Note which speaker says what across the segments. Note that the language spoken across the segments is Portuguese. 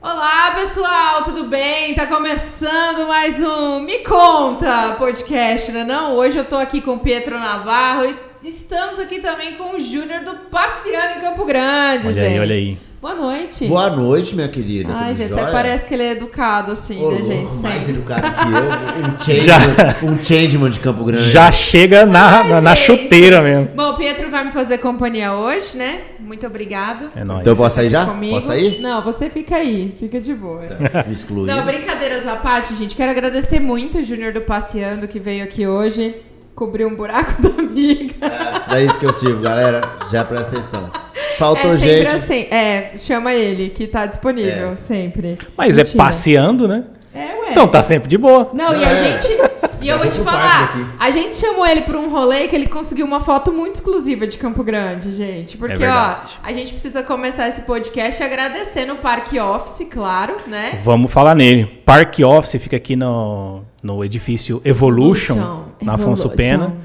Speaker 1: Olá, pessoal, tudo bem? Tá começando mais um Me Conta podcast, né? Não, hoje eu tô aqui com o Pietro Navarro e estamos aqui também com o Júnior do Passeando em Campo Grande,
Speaker 2: Olha
Speaker 1: gente.
Speaker 2: aí, olha aí.
Speaker 1: Boa noite.
Speaker 3: Boa noite, minha querida.
Speaker 1: Ai,
Speaker 3: tudo
Speaker 1: gente,
Speaker 3: jóia?
Speaker 1: até parece que ele é educado, assim,
Speaker 3: Ô,
Speaker 1: né,
Speaker 3: louco,
Speaker 1: gente?
Speaker 3: mais
Speaker 1: Sempre.
Speaker 3: educado que eu. Um changeman, um changeman de Campo Grande.
Speaker 2: Já chega na, na, na
Speaker 1: Ai, gente.
Speaker 2: chuteira mesmo.
Speaker 1: é Bom, o Pietro vai me fazer companhia hoje, né? Muito obrigado.
Speaker 2: É nóis.
Speaker 3: Então eu posso sair já?
Speaker 1: Comigo.
Speaker 3: Posso sair? Tá.
Speaker 1: Não, você fica aí, fica de boa.
Speaker 3: Me exclui.
Speaker 1: Não, brincadeiras à parte, gente. Quero agradecer muito o Júnior do Passeando que veio aqui hoje. Cobriu um buraco da amiga.
Speaker 3: É isso que eu sirvo, galera. Já presta atenção. Faltou
Speaker 1: é sempre
Speaker 3: gente.
Speaker 1: assim. É, chama ele, que tá disponível,
Speaker 3: É.
Speaker 1: sempre.
Speaker 2: Mas é
Speaker 1: Mentira.
Speaker 2: passeando, né?
Speaker 1: É, ué.
Speaker 2: Então tá sempre de boa.
Speaker 1: Não, e a
Speaker 3: É.
Speaker 1: gente. E eu vou
Speaker 3: Já vou
Speaker 1: te
Speaker 3: pro
Speaker 1: falar,
Speaker 3: parque daqui.
Speaker 1: a gente chamou ele pra um rolê que ele conseguiu uma foto muito exclusiva de Campo Grande, gente. Porque, ó,
Speaker 2: É verdade.
Speaker 1: a gente precisa começar esse podcast agradecendo o Parque Office, claro, né?
Speaker 2: Vamos falar nele. Park Office fica aqui no, no edifício Evolution, na Afonso
Speaker 1: Evolution.
Speaker 2: Pena.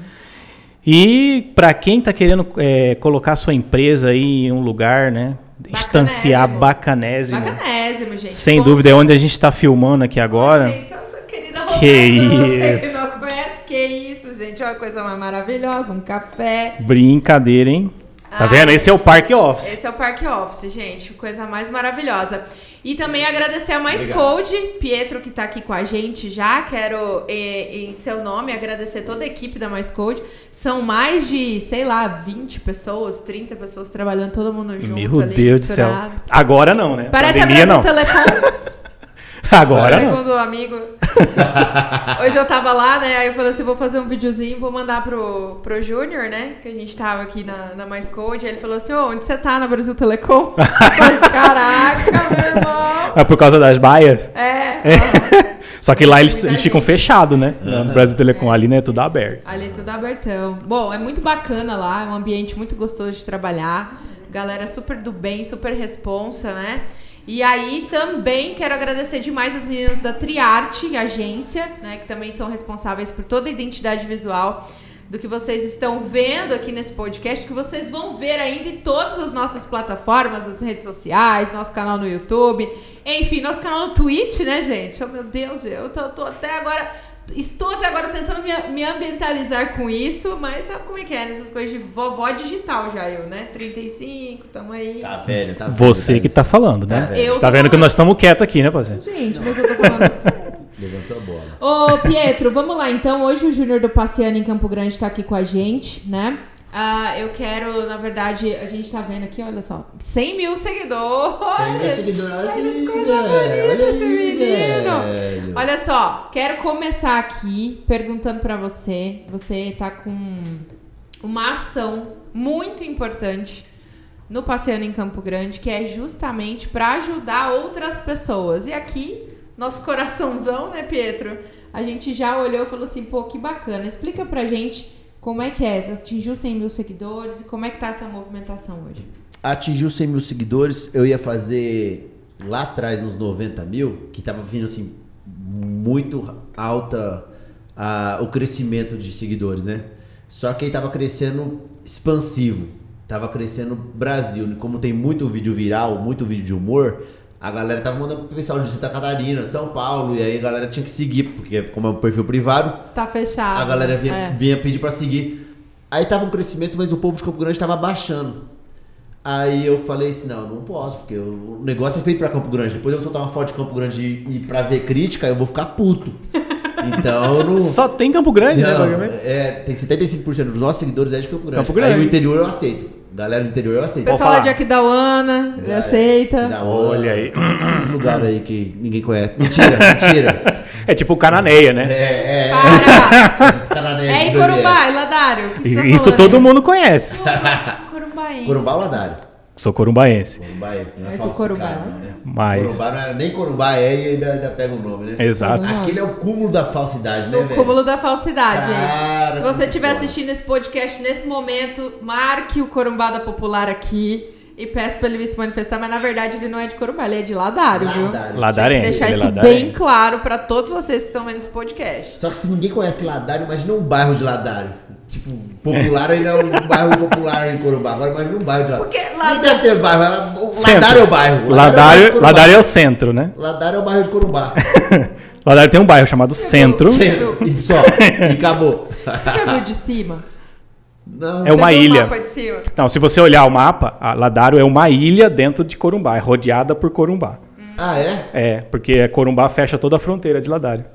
Speaker 2: E pra quem tá querendo é, colocar sua empresa aí em um lugar, né? Estanciar bacanésimo.
Speaker 1: Bacanésimo, gente.
Speaker 2: Sem
Speaker 1: Bom,
Speaker 2: dúvida é onde a gente tá filmando aqui agora.
Speaker 1: Gente, eu sou a querida
Speaker 2: Que
Speaker 1: Roberta, você que
Speaker 2: isso.
Speaker 1: não conhece, que isso, gente. Olha a coisa mais maravilhosa, um café.
Speaker 2: Brincadeira, hein? Tá
Speaker 1: Ai,
Speaker 2: vendo? Esse é o Park Office.
Speaker 1: Esse é o Parque Office, gente. Coisa mais maravilhosa. E também agradecer a Mais Code, Pietro, que tá aqui com a gente já. Quero, eh, em seu nome, agradecer toda a equipe da Mais Code. São mais de, sei lá, 20 pessoas, 30 pessoas trabalhando, todo mundo junto.
Speaker 2: Meu
Speaker 1: ali,
Speaker 2: Deus do céu.
Speaker 1: tá misturado.
Speaker 2: Agora não, né?
Speaker 1: Parece a
Speaker 2: Pandemia
Speaker 1: Brasil
Speaker 2: não.
Speaker 1: Telecom.
Speaker 2: Agora não.
Speaker 1: Segundo o amigo. Hoje eu tava lá, né? Aí eu falei assim: vou fazer um videozinho, vou mandar pro, pro Júnior, né? Que a gente tava aqui na, na Mais Code. Aí ele falou assim: Ô, onde você tá? Na Brasil Telecom? Eu falei, Caraca, meu irmão!
Speaker 2: É por causa das baias?
Speaker 1: É.
Speaker 2: É. Só que lá eles,
Speaker 1: Muita
Speaker 2: eles ficam
Speaker 1: gente.
Speaker 2: fechados, né? No Brasil Telecom ali, né? Tudo aberto.
Speaker 1: Ali tudo abertão. Bom, é muito bacana lá, é um ambiente muito gostoso de trabalhar. Galera super do bem, super responsa, né? E aí também quero agradecer demais as meninas da Triarte, agência, né? Que também são responsáveis por toda a identidade visual do que vocês estão vendo aqui nesse podcast, que vocês vão ver ainda em todas as nossas plataformas, as redes sociais, nosso canal no YouTube, enfim, nosso canal no Twitch, né, gente? Oh, meu Deus, eu tô, tô até agora Estou até agora tentando me, me ambientalizar com isso, mas sabe como é que é? né? Essas coisas de vovó digital já, eu, né? 35, tamo aí.
Speaker 3: Tá velho, tá velho.
Speaker 2: Você que tá falando, né?
Speaker 1: Eu
Speaker 2: Você
Speaker 1: tô
Speaker 2: tá vendo que
Speaker 1: falando.
Speaker 2: nós estamos quietos aqui, né, parceiro?
Speaker 1: Gente, mas eu tô falando sério.
Speaker 3: tá Levantou a bola.
Speaker 1: Ô, Pietro, vamos lá então. Hoje o Júnior do Passeando em Campo Grande tá aqui com a gente, né? Ah, eu quero, na verdade, a gente tá vendo aqui, olha só, 100 mil seguidores.
Speaker 3: 100 mil seguidores,
Speaker 1: Ai, gente,
Speaker 3: ih,
Speaker 1: coisa
Speaker 3: velho,
Speaker 1: bonita
Speaker 3: olha
Speaker 1: esse
Speaker 3: aí,
Speaker 1: menino.
Speaker 3: velho.
Speaker 1: Olha só, quero começar aqui perguntando pra você. Você tá com uma ação muito importante no Passeando em Campo Grande, que é justamente pra ajudar outras pessoas. E aqui, nosso coraçãozão, né, Pietro? A gente já olhou e falou assim, pô, que bacana. Explica pra gente como é que é, atingiu 100 mil seguidores e como é que tá essa movimentação hoje.
Speaker 3: atingiu 100 mil seguidores, eu ia fazer lá atrás, nos 90 mil, que tava vindo assim, muito alta a- o crescimento de seguidores, né? Só que aí tava crescendo expansivo, tava crescendo Brasil. E Como tem muito vídeo viral, muito vídeo de humor, a galera tava mandando pro pessoal de Santa Catarina, de São Paulo, e aí a galera tinha que seguir, porque como é um perfil privado,
Speaker 1: Tá fechado.
Speaker 2: Ah,
Speaker 3: a galera vinha,
Speaker 1: É.
Speaker 3: vinha pedir pra seguir. Aí tava um crescimento, mas o povo de Campo Grande tava baixando. Aí eu falei assim, não, não posso, porque o negócio é feito pra Campo Grande. Depois eu soltar uma foto de Campo Grande e, e pra ver crítica, eu vou ficar puto. Então eu não...
Speaker 2: Só tem Campo Grande, né?
Speaker 3: não,
Speaker 2: basicamente?
Speaker 3: é, tem 75% dos nossos seguidores é de Campo Grande.
Speaker 2: Campo Grande.
Speaker 3: Aí o interior eu aceito. Galera do interior eu aceito.
Speaker 2: Pode
Speaker 1: Pessoal lá
Speaker 2: falar.
Speaker 1: de Aquidauana,
Speaker 3: é.
Speaker 1: me aceita.
Speaker 3: Da
Speaker 2: Olha aí.
Speaker 3: Todos esses lugares aí que ninguém conhece. Mentira, mentira.
Speaker 2: É tipo Cananeia, né?
Speaker 3: É, é.
Speaker 1: Para!
Speaker 3: Esses cananéis
Speaker 1: é
Speaker 3: de
Speaker 1: em
Speaker 3: dois metros.
Speaker 1: Corumbá, Ladário. o que você tá
Speaker 2: Isso
Speaker 1: falando
Speaker 2: todo
Speaker 1: aí?
Speaker 2: mundo conhece.
Speaker 1: Corumbá, Corumbaense.
Speaker 3: Corumbá ou Ladário?
Speaker 2: Sou corumbaense.
Speaker 3: Corumbá é esse, não é
Speaker 1: Mas o
Speaker 3: falso
Speaker 1: Corumbá,
Speaker 3: cara,
Speaker 1: né?
Speaker 3: não, né?
Speaker 2: Mas-
Speaker 3: Corumbá não era nem Corumbá é e ainda, ainda pega o nome, né?
Speaker 2: Exato.
Speaker 1: Não.
Speaker 3: Aquele é o cúmulo da falsidade, né,
Speaker 1: O
Speaker 3: velho?
Speaker 1: cúmulo da falsidade, hein?
Speaker 3: Cara,
Speaker 1: Se você
Speaker 3: muito
Speaker 1: estiver
Speaker 3: bom.
Speaker 1: assistindo esse podcast nesse momento, marque o Corumbada Popular aqui. e peço pra ele vir se manifestar, mas na verdade ele não é de Corumbá, ele é de Ladário, viu?
Speaker 3: Ladário.
Speaker 2: Ladarense,
Speaker 1: Deixar
Speaker 2: ele é
Speaker 1: isso
Speaker 2: ladarense.
Speaker 1: bem claro pra todos vocês que estão vendo esse podcast.
Speaker 3: Só que se ninguém conhece Ladário, imagina um bairro de Ladário. Tipo, popular ainda é um bairro popular em Corumbá. Agora imagina um bairro de Ladário.
Speaker 1: Porque
Speaker 3: Nem
Speaker 1: Ladário-
Speaker 3: deve ter um bairro. O Ladário
Speaker 2: Centro.
Speaker 3: é o
Speaker 2: Ladário,
Speaker 3: bairro. o bairro de Corumbá.
Speaker 2: Ladário é o centro, né?
Speaker 3: Ladário é o bairro de Corumbá.
Speaker 2: Ladário tem um bairro chamado Centro.
Speaker 3: Centro. E só. E acabou.
Speaker 1: Você já viu de cima?
Speaker 3: Não.
Speaker 2: É uma
Speaker 1: Já viu o
Speaker 2: ilha.
Speaker 1: mapa de cima?
Speaker 2: Não, se você olhar o mapa, a Ladário é uma ilha dentro de Corumbá, é rodeada por Corumbá.
Speaker 3: Ah, é?
Speaker 2: É, porque Corumbá fecha toda a fronteira de Ladário.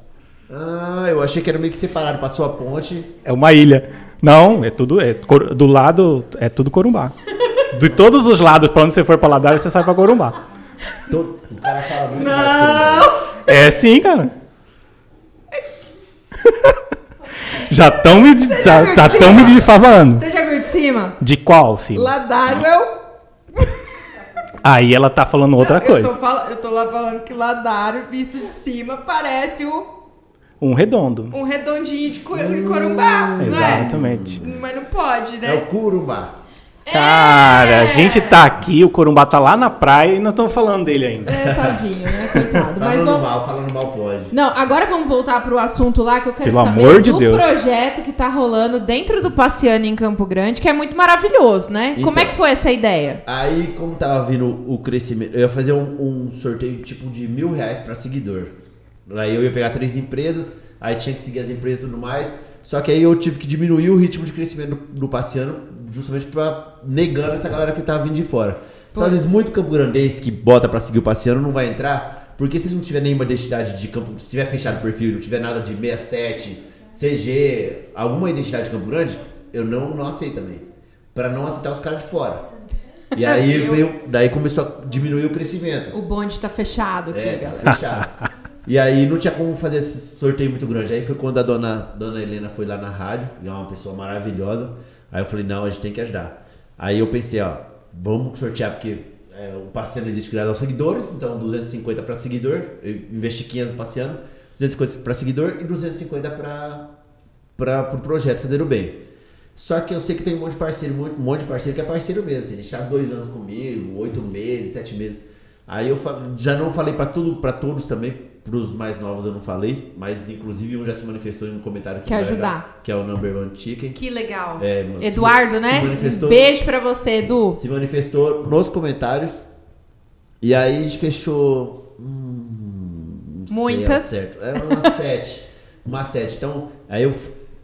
Speaker 3: Ah, eu achei que era meio que separado. Passou a ponte.
Speaker 2: É uma ilha. Não, é tudo. É, cor- do lado é tudo Corumbá. De todos os lados, pra onde você for pra Ladário, você sai pra Corumbá.
Speaker 3: Todo... O cara fala muito mais Corumbá.
Speaker 1: Não!
Speaker 2: É sim, cara. Já estão me.
Speaker 1: já
Speaker 2: Já,
Speaker 1: viu
Speaker 2: tá
Speaker 1: que
Speaker 2: tão me
Speaker 1: sim?
Speaker 2: difamando.
Speaker 1: Você já viu de cima?
Speaker 2: De qual, sim?
Speaker 1: Ladário é o.
Speaker 2: Aí ela tá falando outra
Speaker 1: Não, Eu
Speaker 2: coisa.
Speaker 1: tô, fal- eu tô lá falando que Ladário, visto de cima, parece o...
Speaker 2: Um redondo.
Speaker 1: um redondinho de, co... de Corumbá. não é?
Speaker 2: Exatamente.
Speaker 1: Mas não pode,
Speaker 3: É o
Speaker 1: né?
Speaker 3: Curumbá.
Speaker 1: É!
Speaker 2: Cara, a gente tá aqui, o Corumbá tá lá na praia e nós estamos falando dele ainda.
Speaker 1: É, tadinho, né? Coitado. Mas
Speaker 3: Falando
Speaker 1: vamos.
Speaker 3: mal, falando mal pode.
Speaker 1: Não, agora vamos voltar pro assunto lá que eu quero
Speaker 2: Pelo
Speaker 1: saber
Speaker 2: amor de
Speaker 1: do
Speaker 2: Deus.
Speaker 1: projeto que tá rolando dentro do Passeano em Campo Grande, que é muito maravilhoso, né?
Speaker 3: Então.
Speaker 1: Como é que foi essa ideia?
Speaker 3: Aí, como tava vindo o crescimento, eu ia fazer um, um sorteio tipo de mil reais pra seguidor. Aí eu ia pegar três empresas, aí tinha que seguir as empresas e tudo mais. Só que aí eu tive que diminuir o ritmo de crescimento do, do passeano, justamente pra negando essa galera que tava vindo de fora. Então, às
Speaker 1: Putz.
Speaker 3: vezes, muito campo grandense que bota pra seguir o passeano não vai entrar, porque se ele não tiver nenhuma identidade de campo, se tiver fechado o perfil, não tiver nada de 67, CG, alguma identidade de campo grande, eu não, não aceito também. Pra não aceitar os caras de fora. E aí
Speaker 1: Viu?
Speaker 3: veio, daí começou a diminuir o crescimento.
Speaker 1: O bonde tá fechado aqui,
Speaker 3: É,
Speaker 1: galera.
Speaker 3: tá fechado. E aí não tinha como fazer esse sorteio muito grande. Aí foi quando a dona, dona Helena foi lá na rádio, e é uma pessoa maravilhosa. Aí eu falei, não, a gente tem que ajudar. Aí eu pensei, ó, vamos sortear, porque é, o passeando existe graças aos seguidores, então 250 para seguidor, eu investi 500 no passeando, 250 para seguidor e 250 para o pro projeto Fazer o Bem. Só que eu sei que tem um monte de parceiro, muito- um monte de parceiro que é parceiro mesmo. Tem gente que tá dois anos comigo, oito meses, sete meses. Aí eu fa- já não falei pra tudo, para todos também, pros mais novos eu não falei, mas inclusive um já se manifestou em um comentário que
Speaker 1: Quer
Speaker 3: vai dar,
Speaker 1: ajudar.
Speaker 3: que é o Number One Chicken.
Speaker 1: Que legal.
Speaker 3: É, mano, se
Speaker 1: Eduardo,
Speaker 3: você
Speaker 1: né?
Speaker 3: se manifestou-
Speaker 1: Um beijo pra você, Edu.
Speaker 3: Se manifestou nos comentários. E aí a gente fechou. hum, não sei ao
Speaker 1: Muitas.
Speaker 3: certo. É uma sete. Uma sete. Então, aí eu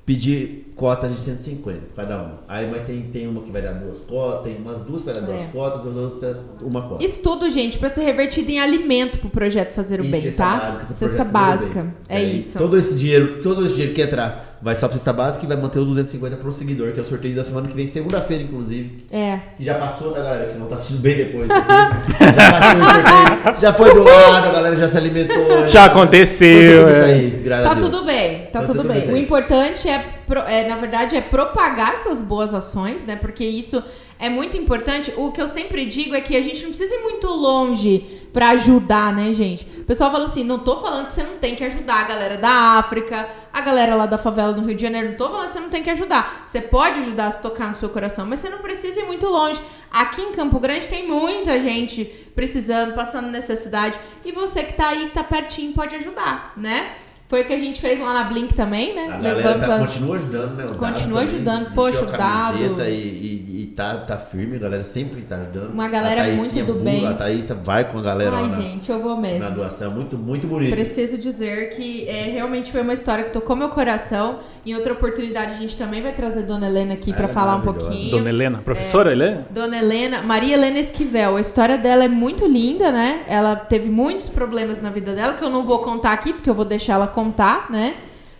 Speaker 3: pedi cotas de 150 por cada uma. Aí, mas tem, tem uma que vai dar duas cotas, tem umas duas que vai dar duas
Speaker 1: É.
Speaker 3: cotas, as outras uma cota.
Speaker 1: Isso tudo, gente, pra ser revertido em alimento pro projeto Fazer o
Speaker 3: E
Speaker 1: Bem,
Speaker 3: cesta
Speaker 1: tá?
Speaker 3: básica pro
Speaker 1: cesta
Speaker 3: projeto Fazer o
Speaker 1: básica.
Speaker 3: Bem.
Speaker 1: É
Speaker 3: Daí,
Speaker 1: isso.
Speaker 3: Todo esse dinheiro, todo esse dinheiro que entrar vai só pra cesta básica e vai manter os 250 pro seguidor, que é o sorteio da semana que vem, segunda-feira, inclusive.
Speaker 1: É.
Speaker 3: que já passou, tá, galera? Que vocês vão estar assistindo bem depois. Aqui. já passou o sorteio, já foi doado, a galera já se
Speaker 1: É.
Speaker 3: alimentou.
Speaker 2: Já aconteceu,
Speaker 3: Foi tudo isso
Speaker 2: é.
Speaker 3: aí, graças a
Speaker 1: Tá
Speaker 3: Deus.
Speaker 1: tudo bem, tá
Speaker 3: Mas
Speaker 1: tudo
Speaker 3: tudo
Speaker 1: bem.
Speaker 3: bem,
Speaker 1: O
Speaker 3: é isso.
Speaker 1: importante é, pro- é, na verdade, é propagar essas boas ações, né? Porque isso é muito importante. O que eu sempre digo é que a gente não precisa ir muito longe pra ajudar, né, gente? O pessoal fala assim, não tô falando que você não tem que ajudar a galera da África, a galera lá da favela no Rio de Janeiro, não tô falando que você não tem que ajudar. Você pode ajudar a se tocar no seu coração, mas você não precisa ir muito longe. Aqui em Campo Grande tem muita gente precisando, passando necessidade, e você que tá aí, que tá pertinho, pode ajudar, né? Foi o que a gente fez lá na Blink também, né?
Speaker 3: A galera
Speaker 1: Levamos
Speaker 3: tá,
Speaker 1: a-
Speaker 3: continua ajudando, né? O
Speaker 1: Continua
Speaker 3: Dado também,
Speaker 1: ajudando,
Speaker 3: vestiu
Speaker 1: poxa,
Speaker 3: a
Speaker 1: o Dado.
Speaker 3: camiseta E, e, e tá, tá firme, a galera sempre tá ajudando.
Speaker 1: Uma galera
Speaker 3: A Thaisinha
Speaker 1: muito do
Speaker 3: Bula,
Speaker 1: bem.
Speaker 3: A Thaís vai com a galera
Speaker 1: Ai,
Speaker 3: lá na-
Speaker 1: gente, é. eu vou
Speaker 3: na,
Speaker 1: mesmo.
Speaker 3: doação, é muito, muito bonito.
Speaker 1: Preciso dizer que é, realmente foi uma história que tocou meu coração. Em outra oportunidade, a gente também vai trazer Dona Helena aqui
Speaker 3: Ela
Speaker 1: pra
Speaker 3: é
Speaker 1: falar um
Speaker 3: maravilhosa.
Speaker 1: pouquinho.
Speaker 2: Dona Helena,
Speaker 1: É.
Speaker 2: professora Helena?
Speaker 1: Dona Helena, Maria Helena Esquivel, a história dela é muito linda, né? Ela teve muitos problemas na vida dela, que eu não vou contar aqui, porque eu vou deixar ela contar, né?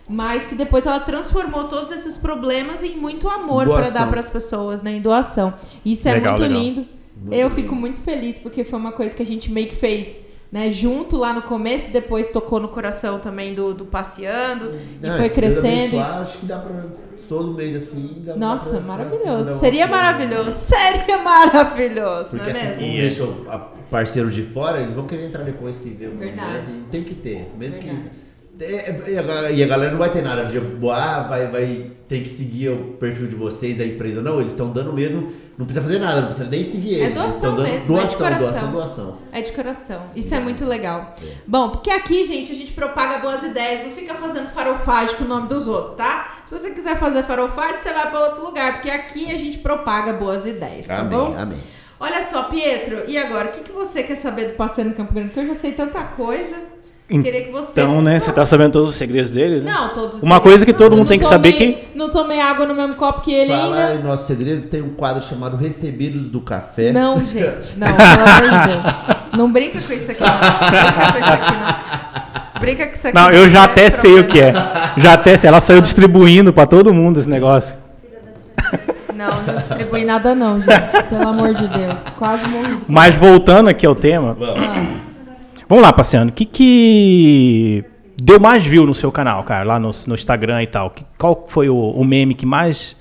Speaker 1: Mas que depois ela transformou todos esses problemas em muito amor pra
Speaker 3: Doação.
Speaker 1: dar pras pessoas, né? Em doação. Isso é
Speaker 2: Legal,
Speaker 1: muito
Speaker 2: legal.
Speaker 1: lindo.
Speaker 3: Muito
Speaker 1: eu
Speaker 3: lindo.
Speaker 1: fico muito feliz, porque foi uma coisa que a gente meio que fez, né? Junto lá no começo, e depois tocou no coração também do, do Passeando, e
Speaker 3: Ah,
Speaker 1: foi
Speaker 3: se Deus
Speaker 1: crescendo. e-
Speaker 3: abençoar, acho que dá pra todo mês assim. dá- dá pra-
Speaker 1: Nossa,
Speaker 3: pra-
Speaker 1: maravilhoso.
Speaker 3: dá uma-
Speaker 1: Seria maravilhoso. Seria maravilhoso,
Speaker 3: Porque
Speaker 1: não é
Speaker 3: assim,
Speaker 1: mesmo?
Speaker 3: como
Speaker 2: E é-
Speaker 3: deixa o a- parceiro de fora, eles vão querer entrar depois que vê o
Speaker 1: Verdade.
Speaker 3: momento. Tem que ter. Mesmo
Speaker 1: Verdade.
Speaker 3: que. É, é, e a ga- e a galera não vai ter nada de boa, ah, vai, vai tem que seguir o perfil de vocês, da empresa. Não, eles estão dando mesmo. Não precisa fazer nada, não precisa nem seguir
Speaker 1: É
Speaker 3: eles. eles
Speaker 1: doação
Speaker 3: estão dando
Speaker 1: mesmo,
Speaker 3: doação,
Speaker 1: é de coração.
Speaker 3: doação, doação.
Speaker 1: É de coração. Isso é muito legal. Bom, porque aqui, gente, a gente propaga boas ideias. Não fica fazendo farofagem com o nome dos outros, tá? Se você quiser fazer farofagem, você vai para outro lugar. Porque aqui a gente propaga boas ideias, tá
Speaker 3: amém,
Speaker 1: bom?
Speaker 3: amém.
Speaker 1: Olha só, Pietro, e agora? O que, que você quer saber do passeio no Campo Grande? Porque eu já sei tanta coisa. Queria que você.
Speaker 2: Então, né, você tá sabendo todos os segredos deles, né?
Speaker 1: Não, todos.
Speaker 2: Uma coisa que todo
Speaker 1: Não,
Speaker 2: mundo
Speaker 1: não
Speaker 2: tem que saber
Speaker 1: tomei-
Speaker 2: que-
Speaker 1: Não tomei água no mesmo copo que ele
Speaker 3: Falar
Speaker 1: ainda.
Speaker 3: em nossos segredos, tem um quadro chamado Recebidos do Café.
Speaker 1: Não, gente, não, pelo amor de Deus. Não brinca com isso aqui, não. Brinca com isso aqui, não. Brinca com isso aqui.
Speaker 2: Não, eu já
Speaker 1: é
Speaker 2: até sei o que é.
Speaker 1: problema.
Speaker 2: Já até sei. Ela saiu distribuindo pra todo mundo esse negócio.
Speaker 1: Não, não distribui nada, não, gente. Pelo amor de Deus. Quase morri.
Speaker 2: Mas voltando aqui ao tema. Vamos lá, Passeando. O que, que deu mais view no seu canal, cara? Lá no, no Instagram e tal. Que- qual foi o, o meme que mais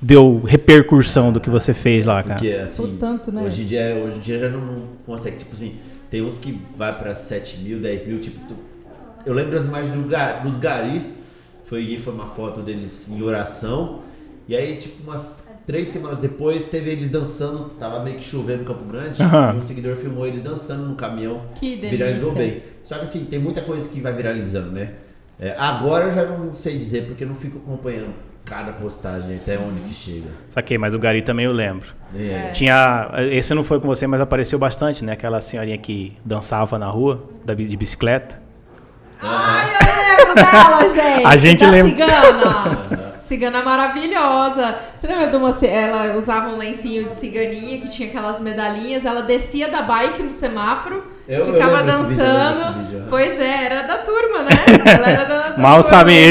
Speaker 2: deu repercussão do que você fez lá, cara?
Speaker 3: Porque, assim,
Speaker 1: Por tanto, né?
Speaker 3: hoje em dia, hoje em dia já não, não consegue, tipo assim, tem uns que vai pra 7 mil, 10 mil, tipo, tu- eu lembro as imagens do ga- dos garis, foi, foi uma foto deles em oração, e aí, tipo, umas três semanas depois, teve eles dançando, tava meio que chovendo no Campo Grande,
Speaker 2: Aham.
Speaker 3: e um seguidor filmou eles dançando no caminhão,
Speaker 1: Que delícia.
Speaker 3: viralizou bem. Só que, assim, tem muita coisa que vai viralizando, né? É, agora eu já não sei dizer, porque eu não fico acompanhando cada postagem, até onde que chega.
Speaker 2: Saquei, mas o Gari também eu lembro.
Speaker 3: É.
Speaker 2: Tinha. Esse não foi com você, mas apareceu bastante, né? Aquela senhorinha que dançava na rua, da, bi- de bicicleta.
Speaker 1: Ai, eu lembro dela, gente.
Speaker 2: A gente
Speaker 1: da
Speaker 2: lembra.
Speaker 1: Cigana. Cigana é maravilhosa. Você lembra de uma. ci- Ela usava um lencinho de ciganinha que tinha aquelas medalhinhas. Ela descia da bike no semáforo,
Speaker 3: Eu- eu
Speaker 1: ficava
Speaker 3: lembro desse vídeo, eu lembro desse
Speaker 1: dançando.
Speaker 3: vídeo, aham.
Speaker 1: pois é, era da turma, né? Ela era da, da
Speaker 2: Mal
Speaker 1: turma,
Speaker 2: sabem
Speaker 1: né?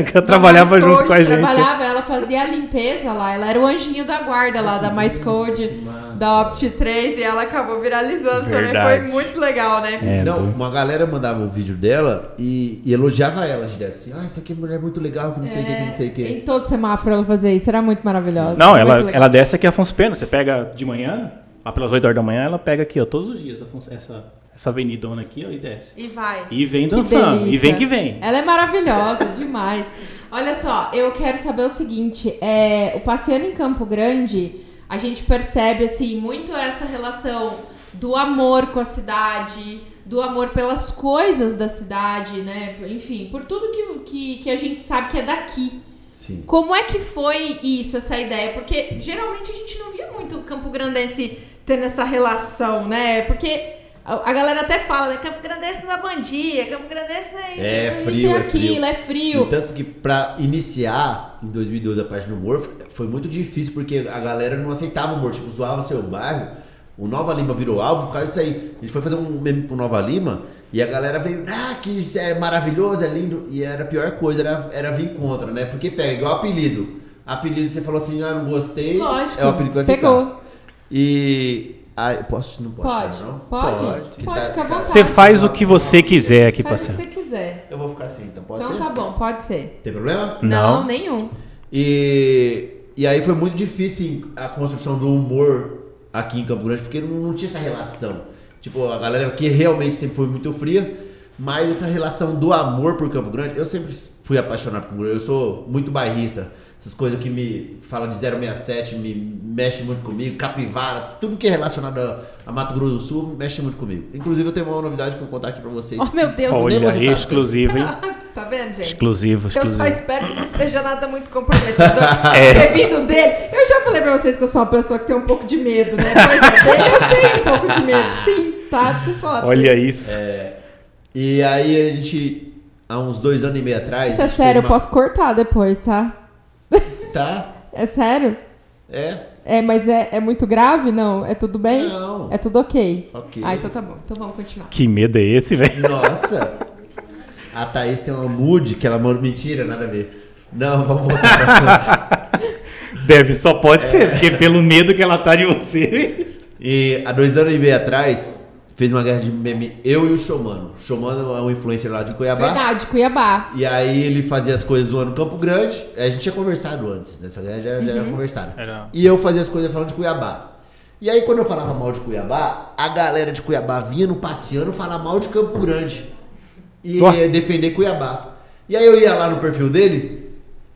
Speaker 2: ele que eu
Speaker 1: Da
Speaker 2: trabalhava
Speaker 1: Mais
Speaker 2: junto
Speaker 1: Code,
Speaker 2: com a gente.
Speaker 1: Trabalhava, ela fazia a limpeza lá. Ela era o anjinho da guarda lá da Mais Code, da Opt 3, e ela acabou viralizando também.
Speaker 2: Verdade.
Speaker 1: Foi muito legal, né?
Speaker 2: É,
Speaker 3: não,
Speaker 2: doido.
Speaker 3: uma galera mandava o vídeo dela e, e elogiava ela direto. Assim, ah, essa aqui é mulher muito legal, que não sei o que, que não sei o
Speaker 1: Em
Speaker 3: que.
Speaker 1: todo semáforo ela fazia isso, era muito maravilhosa.
Speaker 2: Não,
Speaker 1: muito
Speaker 2: ela,
Speaker 1: legal.
Speaker 2: ela desce aqui a Afonso Pena. Você pega de manhã, lá pelas 8 horas da manhã, ela pega aqui, ó, todos os dias, Afonso- essa, essa avenidona aqui, ó, e desce.
Speaker 1: E vai.
Speaker 2: E vem
Speaker 1: Que
Speaker 2: dançando. E
Speaker 1: delícia.
Speaker 2: vem que vem.
Speaker 1: Ela é maravilhosa, demais. Olha só, eu quero saber o seguinte: é, o passeando em Campo Grande, a gente percebe assim muito essa relação do amor com a cidade, do amor pelas coisas da cidade, né? Enfim, por tudo que, que, que a gente sabe que é daqui.
Speaker 3: Sim.
Speaker 1: Como é que foi isso, essa ideia? Porque geralmente a gente não via muito o Campo Grandense tendo essa relação, né? Porque a a galera até fala, né? Campo Grandense não dá bandia, Campo Grandense é isso,
Speaker 3: É
Speaker 1: isso
Speaker 3: frio, é frio.
Speaker 1: aquilo, é
Speaker 3: E
Speaker 1: frio.
Speaker 3: tanto que pra iniciar em 2012 a página do humor foi muito difícil, porque a galera não aceitava o humor, tipo, zoava seu bairro. O Nova Lima virou alvo por causa disso aí. A gente foi fazer um meme pro Nova Lima e a galera veio, ah, que isso é maravilhoso, é lindo. E era a pior coisa, era, era vir contra, né? Porque pega, igual apelido. Apelido, você falou assim, ah, não gostei.
Speaker 1: Lógico,
Speaker 3: É o apelido que vai
Speaker 1: pegou.
Speaker 3: ficar. E. Ai, posso? Não posso
Speaker 1: Pode,
Speaker 3: tirar, não?
Speaker 1: pode,
Speaker 3: que tá-
Speaker 1: pode, fica à vontade.
Speaker 2: Você faz o que você quiser aqui,
Speaker 1: Faz o que
Speaker 2: parceiro.
Speaker 1: você quiser.
Speaker 3: Eu vou ficar assim, então pode
Speaker 1: Então
Speaker 3: ser?
Speaker 1: tá bom, pode ser.
Speaker 3: Tem problema?
Speaker 2: Não.
Speaker 1: nenhum.
Speaker 3: E, e aí foi muito difícil a construção do humor aqui em Campo Grande, porque não, não tinha essa relação. Tipo, a galera aqui realmente sempre foi muito fria, mas essa relação do amor por Campo Grande, eu sempre fui apaixonado por Campo Grande, eu sou muito bairrista. Essas coisas que me falam de 067 me mexe muito comigo, capivara, tudo que é relacionado a, a Mato Grosso do Sul mexe muito comigo. Inclusive eu tenho uma novidade que eu vou contar aqui pra vocês.
Speaker 1: Oh, meu Deus.
Speaker 3: Olha.
Speaker 2: Olha,
Speaker 3: você sabe,
Speaker 2: exclusivo, hein?
Speaker 1: Tá vendo, gente?
Speaker 2: Exclusivo,
Speaker 1: Eu só
Speaker 2: exclusivo.
Speaker 1: espero que não seja nada muito comprometedor.
Speaker 2: É.
Speaker 1: Ter vindo dele. Eu já falei pra vocês que eu sou uma pessoa que tem um pouco de medo, né? Mas dele eu tenho um pouco de medo, sim, tá? Preciso falar. pra
Speaker 2: Olha isso.
Speaker 3: E aí a gente, há uns dois anos e meio
Speaker 1: vocês.
Speaker 3: atrás...
Speaker 1: Isso é
Speaker 3: a gente fez
Speaker 1: sério, eu
Speaker 3: uma-
Speaker 1: posso cortar depois, tá?
Speaker 3: Tá,
Speaker 1: É sério?
Speaker 3: é...
Speaker 1: É, mas é, é muito grave? Não? É tudo bem?
Speaker 3: Não.
Speaker 1: É tudo ok?
Speaker 3: Ok.
Speaker 1: Ah, então tá bom. Então vamos continuar.
Speaker 2: Que medo é esse, velho?
Speaker 3: Nossa! A Thaís tem uma mood que ela manda mentira, nada a ver. Não, vamos voltar pro assunto.
Speaker 2: Deve, só pode ser, porque pelo medo que ela tá de você.
Speaker 3: E há dois anos e meio atrás, fez uma guerra de meme eu e o Showmano. O Showmano é um influencer lá de Cuiabá.
Speaker 1: Verdade, Cuiabá.
Speaker 3: E aí ele fazia as coisas zoando Campo Grande. A gente tinha conversado antes, nessa guerra já, já era conversado.
Speaker 2: Era.
Speaker 3: E eu fazia as coisas falando de Cuiabá. E aí quando eu falava mal de Cuiabá, a galera de Cuiabá vinha no passeando falar mal de Campo Grande. E
Speaker 2: Ó.
Speaker 3: defender Cuiabá. E aí eu ia lá no perfil dele,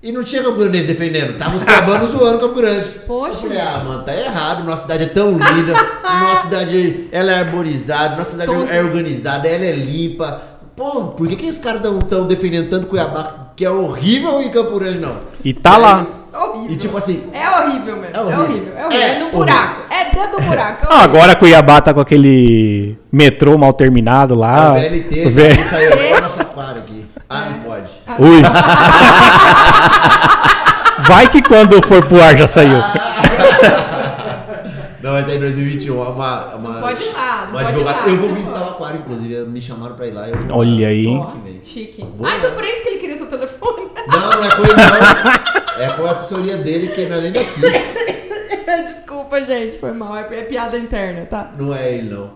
Speaker 3: E não tinha Campo Grande defendendo. Tava os cabanos zoando Campo Grande.
Speaker 1: Poxa.
Speaker 3: Eu falei, ah, mano, tá errado. Nossa cidade é tão linda. nossa cidade, ela é arborizada. Nossa cidade
Speaker 1: Todo-
Speaker 3: é organizada. Ela é limpa. Pô, por que, que os caras tão, tão defendendo tanto Cuiabá, que é horrível, e Campo Grande não?
Speaker 2: E tá lá.
Speaker 1: Horrível.
Speaker 3: E tipo assim,
Speaker 1: É horrível mesmo.
Speaker 3: É
Speaker 1: É
Speaker 3: horrível.
Speaker 1: horrível. É horrível. É,
Speaker 3: É
Speaker 1: no
Speaker 3: horrível.
Speaker 1: buraco. É dentro do buraco. é
Speaker 2: Ah,
Speaker 1: horrível.
Speaker 2: agora Cuiabá tá com aquele metrô mal terminado lá.
Speaker 3: a VLT,
Speaker 2: Ah, O V-
Speaker 3: não saiu agora, nosso aquário aqui. Ah,
Speaker 1: É.
Speaker 3: não pode.
Speaker 2: Ui. Vai que quando for pro ar já saiu.
Speaker 3: Não, mas aí em 2021 é uma. uma
Speaker 1: Não pode ir lá, não
Speaker 3: uma
Speaker 1: pode ir
Speaker 3: advogada-
Speaker 1: lá.
Speaker 3: Eu vou visitar o aquário, inclusive. Me chamaram pra ir lá. eu-
Speaker 2: Olha aí, hein?
Speaker 3: que veio.
Speaker 1: Chique.
Speaker 3: Boa.
Speaker 1: Ah, então por isso que ele queria seu telefone.
Speaker 3: Não, não é com ele, não. É com a assessoria dele, que não é nem daqui.
Speaker 1: Desculpa, gente. Foi mal. É, é piada interna, tá?
Speaker 3: Não é ele, não.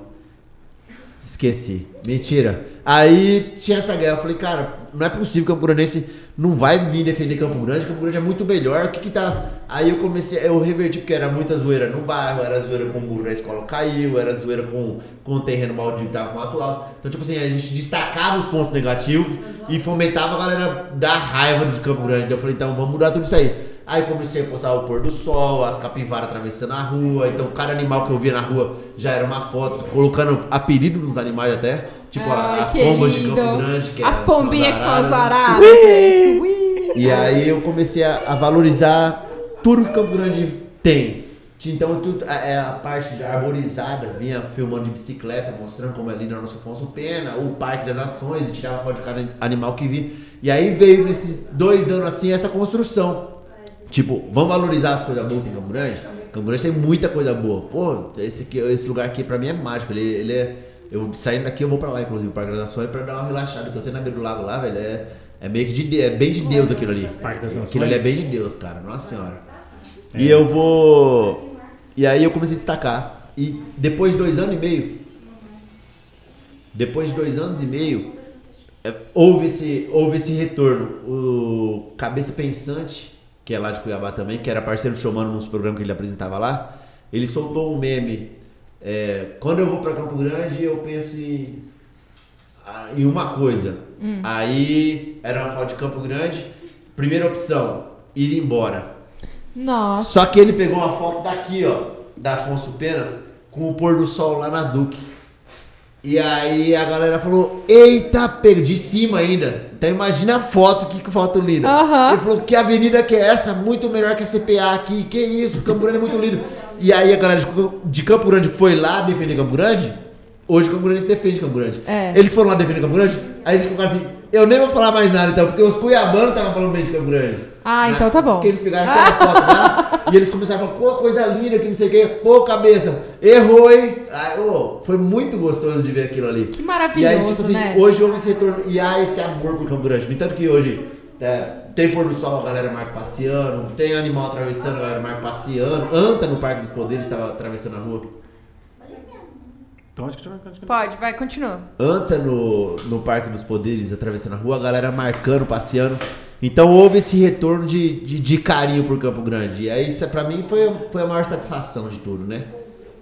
Speaker 3: Esqueci. Mentira. Aí tinha essa guerra. Eu falei, cara, não é possível que o Campo Grandense não vai vir defender Campo Grande. Campo Grande é muito melhor. O que que tá. Aí eu comecei, eu reverti, porque era muita zoeira no bairro, era zoeira com o muro da escola caiu, era zoeira com, com o terreno baldio que tava com o atual. Então, tipo assim, a gente destacava os pontos negativos e fomentava a galera da raiva de Campo Grande. Eu falei, então vamos mudar tudo isso aí. Aí comecei a postar o pôr do sol, as capivaras atravessando a rua. Então, cada animal que eu via na rua já era uma foto, colocando apelido nos animais até. Tipo, a-
Speaker 1: Ai,
Speaker 3: as pombas de
Speaker 1: querido.
Speaker 3: Campo Grande. Que
Speaker 1: As
Speaker 3: é-
Speaker 1: pombinhas que são as
Speaker 3: araras.
Speaker 1: aradas, gente. Ui.
Speaker 3: E aí eu comecei a, a valorizar tudo que Campo Grande tem. Tinha, Então, tudo, a, é a parte da arborizada, vinha filmando de bicicleta, mostrando como é lindo a nossa Afonso Pena, o Parque das Nações, e tirava foto de cada animal que vinha. E aí veio nesses dois anos assim essa construção. Tipo, vamos valorizar as coisas boas que tem em Campo Grande? Campo Grande tem muita coisa boa. Pô, esse, aqui, esse lugar aqui pra mim é mágico. Ele, ele é. Eu saindo daqui, eu vou pra lá, inclusive, pra gradação é pra dar uma relaxada, porque eu sei na beira do lago lá, velho. É, é meio que de de- é bem de Deus aquilo ali.
Speaker 2: Parque das Nações? É.
Speaker 3: Aquilo ali é bem de Deus, cara. Nossa senhora. E eu vou. E aí eu comecei a destacar. E depois de dois anos e meio. Depois de dois anos e meio, é, houve esse, houve esse retorno. O Cabeça Pensante, que é lá de Cuiabá também, que era parceiro do Showmano nos programas que ele apresentava lá, ele soltou um meme. é, quando eu vou para Campo Grande, eu penso em, ah, em uma coisa. Aí era uma foto de Campo Grande. Primeira opção, ir embora.
Speaker 1: Nossa.
Speaker 3: Só que ele pegou uma foto daqui, ó, da Afonso Pena, com o pôr do sol lá na Duque. E aí a galera falou, eita, pega de cima ainda. Então imagina a foto, que que foto linda.
Speaker 1: Aham.
Speaker 3: Ele falou, que avenida que é essa? Muito melhor que a CPA aqui. Que isso, Campo Grande é muito lindo. E aí a galera de, de Campo Grande que foi lá defender Campo Grande, hoje Campo Grande se defende Campo Grande.
Speaker 1: É.
Speaker 3: Eles foram lá defender Campo Grande, aí eles colocaram assim, eu nem vou falar mais nada então, porque os cuiabanos estavam falando bem de Campo Grande.
Speaker 1: Ah,
Speaker 3: Né?
Speaker 1: então tá bom.
Speaker 3: Porque eles pegaram aquela foto lá e eles começaram a falar, pô, coisa linda, que não sei o quê. Pô, cabeça, errou, hein? Aí, ô, foi muito gostoso de ver aquilo ali.
Speaker 1: Que maravilhoso,
Speaker 3: E aí, tipo assim,
Speaker 1: né?
Speaker 3: hoje houve esse retorno. E há esse amor por Campo Grande. No entanto que hoje né, tem pôr do sol, a galera marca passeando. Tem animal atravessando, a galera marca passeando. Anta no Parque dos Poderes estava atravessando a rua.
Speaker 2: Então,
Speaker 1: Pode, vai, continua.
Speaker 3: anta no, no Parque dos Poderes, atravessando a rua, a galera marcando, passeando. Então houve esse retorno de, de, de carinho por Campo Grande. E aí, isso é, pra mim foi, foi a maior satisfação de tudo, né?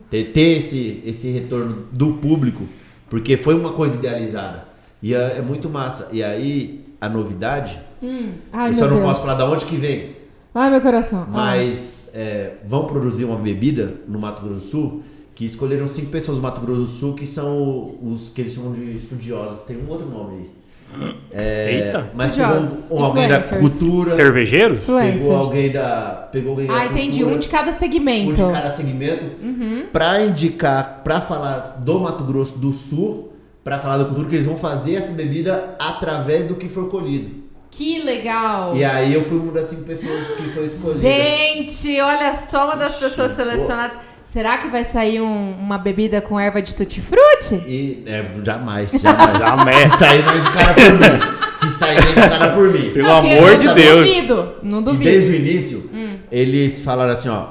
Speaker 3: Ter, ter esse, esse retorno do público, porque foi uma coisa idealizada. E é, é muito massa. E aí, a novidade,
Speaker 1: Hum. Ai,
Speaker 3: eu
Speaker 1: meu
Speaker 3: só não
Speaker 1: Deus.
Speaker 3: posso falar de onde que vem,
Speaker 1: Ai, meu coração. Ai.
Speaker 3: mas é, vão produzir uma bebida no Mato Grosso do Sul que escolheram cinco pessoas do Mato Grosso do Sul que são os que eles chamam de estudiosos. Tem um outro nome aí. É,
Speaker 2: Eita.
Speaker 3: Mas pegou
Speaker 1: Estudiosos,
Speaker 3: um- um alguém da
Speaker 1: influencers.
Speaker 3: cultura,
Speaker 2: Cervejeiros?
Speaker 3: pegou
Speaker 1: Influencers.
Speaker 3: alguém da, pegou alguém da
Speaker 1: Ah, entendi.
Speaker 3: cultura,
Speaker 1: Um de cada
Speaker 3: um
Speaker 1: segmento.
Speaker 3: de cada segmento,
Speaker 1: Uhum.
Speaker 3: pra indicar, pra falar do Mato Grosso do Sul, pra falar da cultura que eles vão fazer essa bebida através do que for colhido.
Speaker 1: Que legal.
Speaker 3: E aí eu fui uma das cinco pessoas que foi escolhida.
Speaker 1: Gente, olha só uma das pessoas selecionadas. Será que vai sair um- uma bebida com erva de tutti-frutti?
Speaker 3: E é, jamais, jamais.
Speaker 2: Jamais.
Speaker 3: Se sair não é de cara por mim. Se sair não é de cara por mim.
Speaker 2: Pelo
Speaker 1: Não, porque
Speaker 2: amor
Speaker 1: eu
Speaker 2: de
Speaker 1: não
Speaker 2: Deus.
Speaker 1: Duvido, não
Speaker 3: E
Speaker 1: duvido. Hum.
Speaker 3: desde o início, eles falaram assim, ó.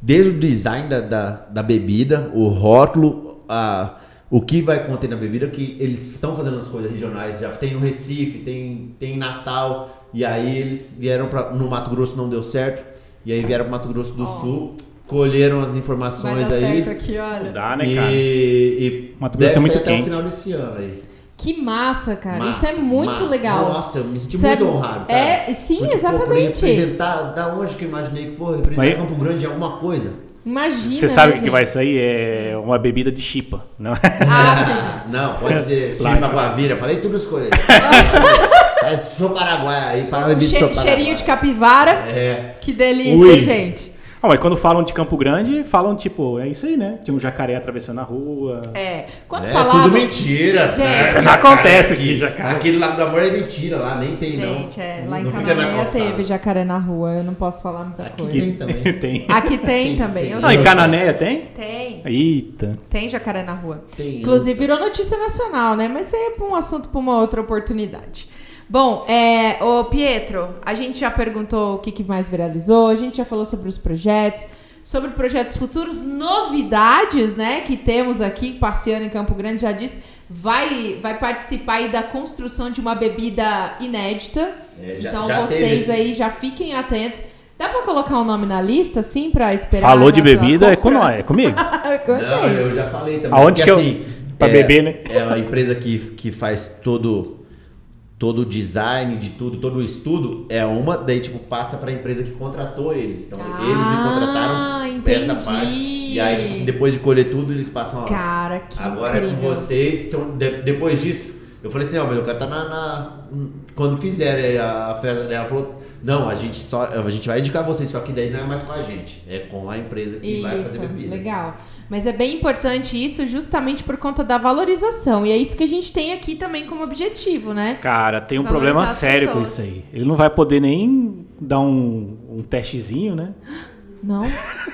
Speaker 3: Desde o design da, da, da bebida, o rótulo, a, o que vai conter na bebida, que eles estão fazendo as coisas regionais, já tem no Recife, tem, tem em Natal, e aí eles vieram pra, no Mato Grosso, não deu certo, e aí vieram para Mato Grosso do
Speaker 1: Ó.
Speaker 3: Sul, colheram as
Speaker 1: Vai
Speaker 3: informações
Speaker 1: dar
Speaker 3: aí
Speaker 1: certo aqui, olha.
Speaker 2: Dá,
Speaker 3: e,
Speaker 2: né, cara?
Speaker 3: e
Speaker 2: Mato Grosso
Speaker 3: deve
Speaker 2: é muito
Speaker 3: sair até o
Speaker 2: quente.
Speaker 3: final desse ano aí.
Speaker 1: Que massa, cara.
Speaker 3: Massa,
Speaker 1: Isso é muito
Speaker 3: massa.
Speaker 1: legal.
Speaker 3: Nossa, eu me senti
Speaker 1: Isso
Speaker 3: muito
Speaker 1: é-
Speaker 3: honrado, sabe?
Speaker 1: É, sim,
Speaker 3: Muito, pô, por
Speaker 1: exatamente.
Speaker 3: representar, da onde que eu imaginei que, pô, representar
Speaker 2: Mas-
Speaker 3: Campo Grande é alguma coisa.
Speaker 1: Imagina.
Speaker 2: Você sabe o
Speaker 1: né,
Speaker 2: que que vai
Speaker 1: gente?
Speaker 2: sair? É uma bebida de chipa. Não é?
Speaker 1: Ah,
Speaker 3: Não, pode ser
Speaker 2: Lá.
Speaker 3: Chile Guavira, falei tudo as coisas. Mas sou Paraguai, aí para
Speaker 1: sim. Che- cheirinho de capivara.
Speaker 3: É,
Speaker 1: Que delícia,
Speaker 2: Ui.
Speaker 1: hein, gente?
Speaker 2: Ah, mas quando falam de Campo Grande, falam tipo, é isso aí, né? Tinha um jacaré atravessando a rua.
Speaker 1: É. Quando
Speaker 3: é
Speaker 1: falava.
Speaker 3: tudo mentira.
Speaker 1: Gente.
Speaker 3: né?
Speaker 1: Isso
Speaker 2: não
Speaker 3: Jacaré
Speaker 2: acontece aqui, jacaré.
Speaker 3: Aquele Lago do Amor é mentira lá, nem tem não.
Speaker 1: Gente, é, lá em
Speaker 3: não fica na
Speaker 1: Cananéia
Speaker 3: calçada.
Speaker 1: teve jacaré na rua. Eu não posso falar muita
Speaker 3: Aqui
Speaker 1: coisa.
Speaker 3: tem também.
Speaker 2: tem.
Speaker 1: Aqui tem também.
Speaker 3: tem.
Speaker 1: Eu
Speaker 2: Não,
Speaker 1: sei.
Speaker 2: em Cananéia tem?
Speaker 1: Tem.
Speaker 2: Eita.
Speaker 1: Tem jacaré na rua.
Speaker 3: Tem.
Speaker 1: Inclusive virou notícia nacional, né? Mas isso aí é pra um assunto para uma outra oportunidade. Bom, é, ô Pietro, a gente já perguntou o que, que mais viralizou, a gente já falou sobre os projetos, sobre projetos futuros, novidades, né, que temos aqui, passeando em Campo Grande, já disse, vai, vai participar aí da construção de uma bebida inédita.
Speaker 3: É, já-
Speaker 1: então
Speaker 3: já
Speaker 1: vocês
Speaker 3: teve.
Speaker 1: aí já fiquem atentos. Dá pra colocar o nome na lista, assim, pra esperar?
Speaker 2: Falou
Speaker 1: na-
Speaker 2: de
Speaker 1: pela
Speaker 2: bebida, é com
Speaker 1: compra?
Speaker 2: nós, é comigo.
Speaker 1: Gostei.
Speaker 3: Não, eu já falei também.
Speaker 2: Aonde
Speaker 3: porque,
Speaker 2: que eu- pra
Speaker 3: é-
Speaker 2: beber, né?
Speaker 3: É uma empresa que, que faz todo todo o design de tudo, todo o estudo é uma, daí tipo passa pra empresa que contratou eles. Então
Speaker 1: Ah,
Speaker 3: eles me contrataram essa
Speaker 1: entendi.
Speaker 3: parte. E aí tipo assim, depois de colher tudo, eles passam ó,
Speaker 1: Cara, que
Speaker 3: Agora é com
Speaker 1: incrível.
Speaker 3: vocês. Então, de- depois disso, eu falei assim, ó, mas eu quero estar na, na- hum, Quando fizerem a a festa dela, ela falou, não, a gente só. A gente vai indicar vocês, só que daí não é mais com a gente. É com a empresa que vai fazer
Speaker 1: Isso,
Speaker 3: bebida.
Speaker 1: legal. Mas é bem importante isso justamente por conta da valorização. E é isso que a gente tem aqui também como objetivo, né?
Speaker 2: Cara, tem um
Speaker 1: Valorizar
Speaker 2: problema
Speaker 1: as
Speaker 2: sério com
Speaker 1: pessoas.
Speaker 2: isso aí. Ele não vai poder nem dar um, um testezinho, né?
Speaker 1: Não?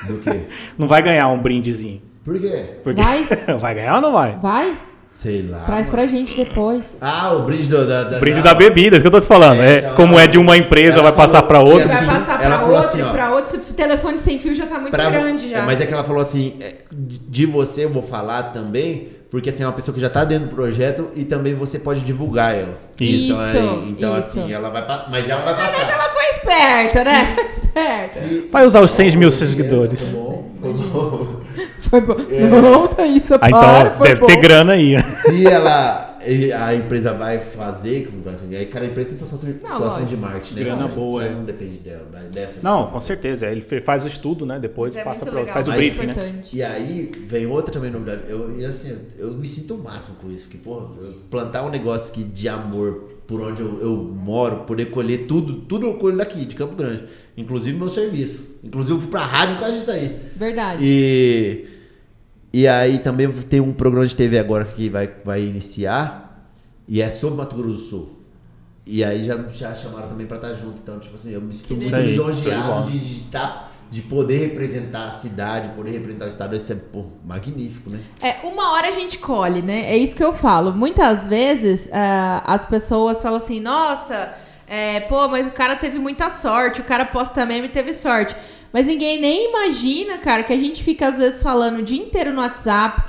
Speaker 3: Do quê?
Speaker 2: Não vai ganhar um brindezinho.
Speaker 3: Por quê?
Speaker 2: Porque
Speaker 1: Vai?
Speaker 2: vai ganhar ou não vai?
Speaker 1: Vai?
Speaker 3: Sei lá.
Speaker 1: Traz
Speaker 3: Ah, mano.
Speaker 1: pra gente depois.
Speaker 3: Ah, o brinde do- da. da
Speaker 2: O brinde
Speaker 3: da-
Speaker 2: da bebida, é isso que eu tô te falando.
Speaker 3: É,
Speaker 2: É,
Speaker 3: então,
Speaker 2: como é de uma empresa,
Speaker 3: ela
Speaker 2: vai passar
Speaker 3: falou
Speaker 2: pra outra.
Speaker 3: que essa-
Speaker 1: Vai
Speaker 3: Assim,
Speaker 1: passar
Speaker 3: ela
Speaker 1: pra
Speaker 3: falou
Speaker 1: outro,
Speaker 3: assim, ó.
Speaker 1: pra outro. Esse telefone sem fio já tá muito
Speaker 3: pra vo-
Speaker 1: grande já.
Speaker 3: É, mas é que ela falou assim, é, de você eu vou falar também, porque assim, é uma pessoa que já tá dentro do projeto e também você pode divulgar ela.
Speaker 1: Isso,
Speaker 3: então, é, então
Speaker 1: isso.
Speaker 3: assim, ela vai. pa- Mas ela vai
Speaker 1: Na verdade,
Speaker 3: passar.
Speaker 1: ela foi esperta, né? Foi esperta.
Speaker 2: Vai usar os 100 mil seguidores.
Speaker 3: Tá bom, tá bom.
Speaker 1: Foi bom.
Speaker 3: É.
Speaker 1: Não, Thaísa,
Speaker 2: Ah,
Speaker 1: para,
Speaker 2: então
Speaker 1: foi
Speaker 2: deve
Speaker 1: bom.
Speaker 2: ter grana aí.
Speaker 3: Se ela. e A empresa vai fazer. como vai fazer, Aí, cara, a empresa é tem situação de,
Speaker 1: Não,
Speaker 3: situação
Speaker 1: lógico.
Speaker 3: de marketing, né?
Speaker 2: Grana
Speaker 3: Lógico,
Speaker 2: boa,
Speaker 3: ela
Speaker 2: é.
Speaker 3: Não depende dela, da- dessa.
Speaker 2: Não, com certeza. é. Ele fe- faz o estudo, né? Depois
Speaker 1: Mas é
Speaker 2: passa
Speaker 1: muito
Speaker 2: pra
Speaker 1: legal,
Speaker 2: outro. Faz o
Speaker 1: muito
Speaker 2: briefing,
Speaker 3: Mas-
Speaker 2: né?
Speaker 1: importante.
Speaker 3: E aí vem outra também novidade. Eu, e assim, eu me sinto o máximo com isso. Porque, porra, eu plantar um negócio que de amor por onde eu, eu moro, poder colher tudo, tudo eu colho daqui, de Campo Grande. Inclusive meu serviço. Inclusive eu fui pra rádio por causa disso aí.
Speaker 1: Verdade.
Speaker 3: E, e aí também tem um programa de TV agora que vai, vai iniciar e é sobre Mato Grosso do Sul. E aí já, já chamaram também pra estar junto. Então, tipo assim, eu me sinto
Speaker 2: Isso
Speaker 3: muito
Speaker 2: aí, show
Speaker 3: lisonjeado
Speaker 2: de
Speaker 3: de, de, tá- de poder representar a cidade, poder representar o estado. Isso é pô, magnífico, né?
Speaker 1: É, uma hora a gente colhe, né? É isso que eu falo. Muitas vezes ah, as pessoas falam assim, nossa, é, pô, mas o cara teve muita sorte, o cara posta meme e teve sorte. Mas ninguém nem imagina, cara, que a gente fica às vezes falando o dia inteiro no WhatsApp,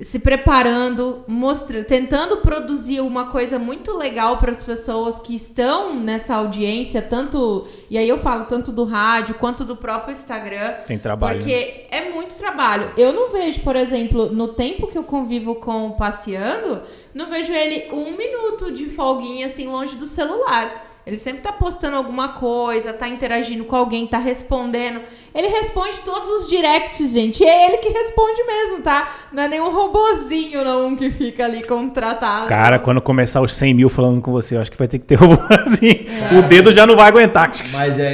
Speaker 1: se preparando, mostrando, tentando produzir uma coisa muito legal para as pessoas que estão nessa audiência, tanto, e aí eu falo tanto do rádio quanto do próprio Instagram.
Speaker 2: Tem trabalho. né?
Speaker 1: Porque é muito trabalho. Eu não vejo, por exemplo, no tempo que eu convivo com o passeando, não vejo ele um minuto de folguinha assim longe do celular. Ele sempre tá postando alguma coisa, tá interagindo com alguém, tá respondendo. Ele responde todos os directs, gente. E é ele que responde mesmo, tá? Não é nenhum robozinho, não, que fica ali contratado.
Speaker 2: né? Cara, quando começar os 100 mil falando com você, eu acho que vai ter que ter robô assim.
Speaker 1: É.
Speaker 2: O dedo já não vai aguentar.
Speaker 3: Mas é,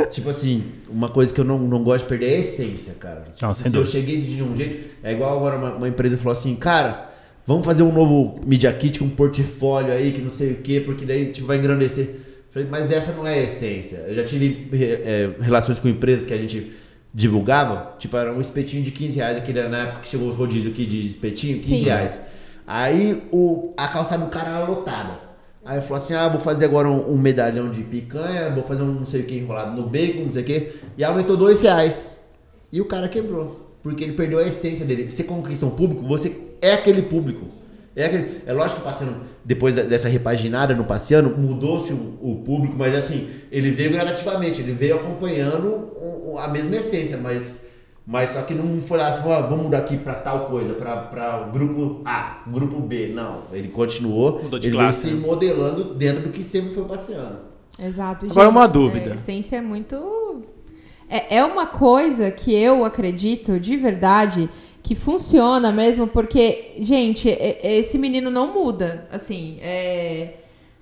Speaker 3: é, tipo assim, uma coisa que eu não, não gosto de perder é a essência, cara. Tipo,
Speaker 2: Não, sem
Speaker 3: se eu
Speaker 2: dúvida.
Speaker 3: cheguei de um jeito, é igual agora uma, uma empresa falou assim, cara, vamos fazer um novo Media Kit com um portfólio aí, que não sei o quê, porque daí tipo, vai engrandecer. Falei, mas essa não é a essência. Eu já tive eh, eh, relações com empresas que a gente divulgava, tipo, era um espetinho de 15 reais aqui na na época que chegou os rodízios aqui de espetinho, 15
Speaker 1: Sim.
Speaker 3: reais. Aí o, a calçada do cara era lotada. Aí ele falou assim: ah, vou fazer agora um, um medalhão de picanha, vou fazer um não sei o que enrolado no bacon, não sei o que. E aumentou dois reais. E o cara quebrou. Porque ele perdeu a essência dele. Você conquista um público, você é aquele público. É, aquele, é lógico que passando, depois da- dessa repaginada no passeando, mudou-se o, o público, mas assim, ele veio gradativamente, ele veio acompanhando o- o- a mesma essência, mas Mas só que não foi lá, falou, ah, vamos mudar aqui para tal coisa, para o grupo A, grupo B. Não, ele continuou,
Speaker 4: Mudou de
Speaker 3: ele
Speaker 4: classe,
Speaker 3: veio se
Speaker 4: né?
Speaker 3: modelando dentro do que sempre foi passeando.
Speaker 1: Exato.
Speaker 2: Agora, uma dúvida.
Speaker 1: A essência é muito. É, é uma coisa que eu acredito de verdade que funciona mesmo, porque, gente, é- é- esse menino não muda. Assim, é,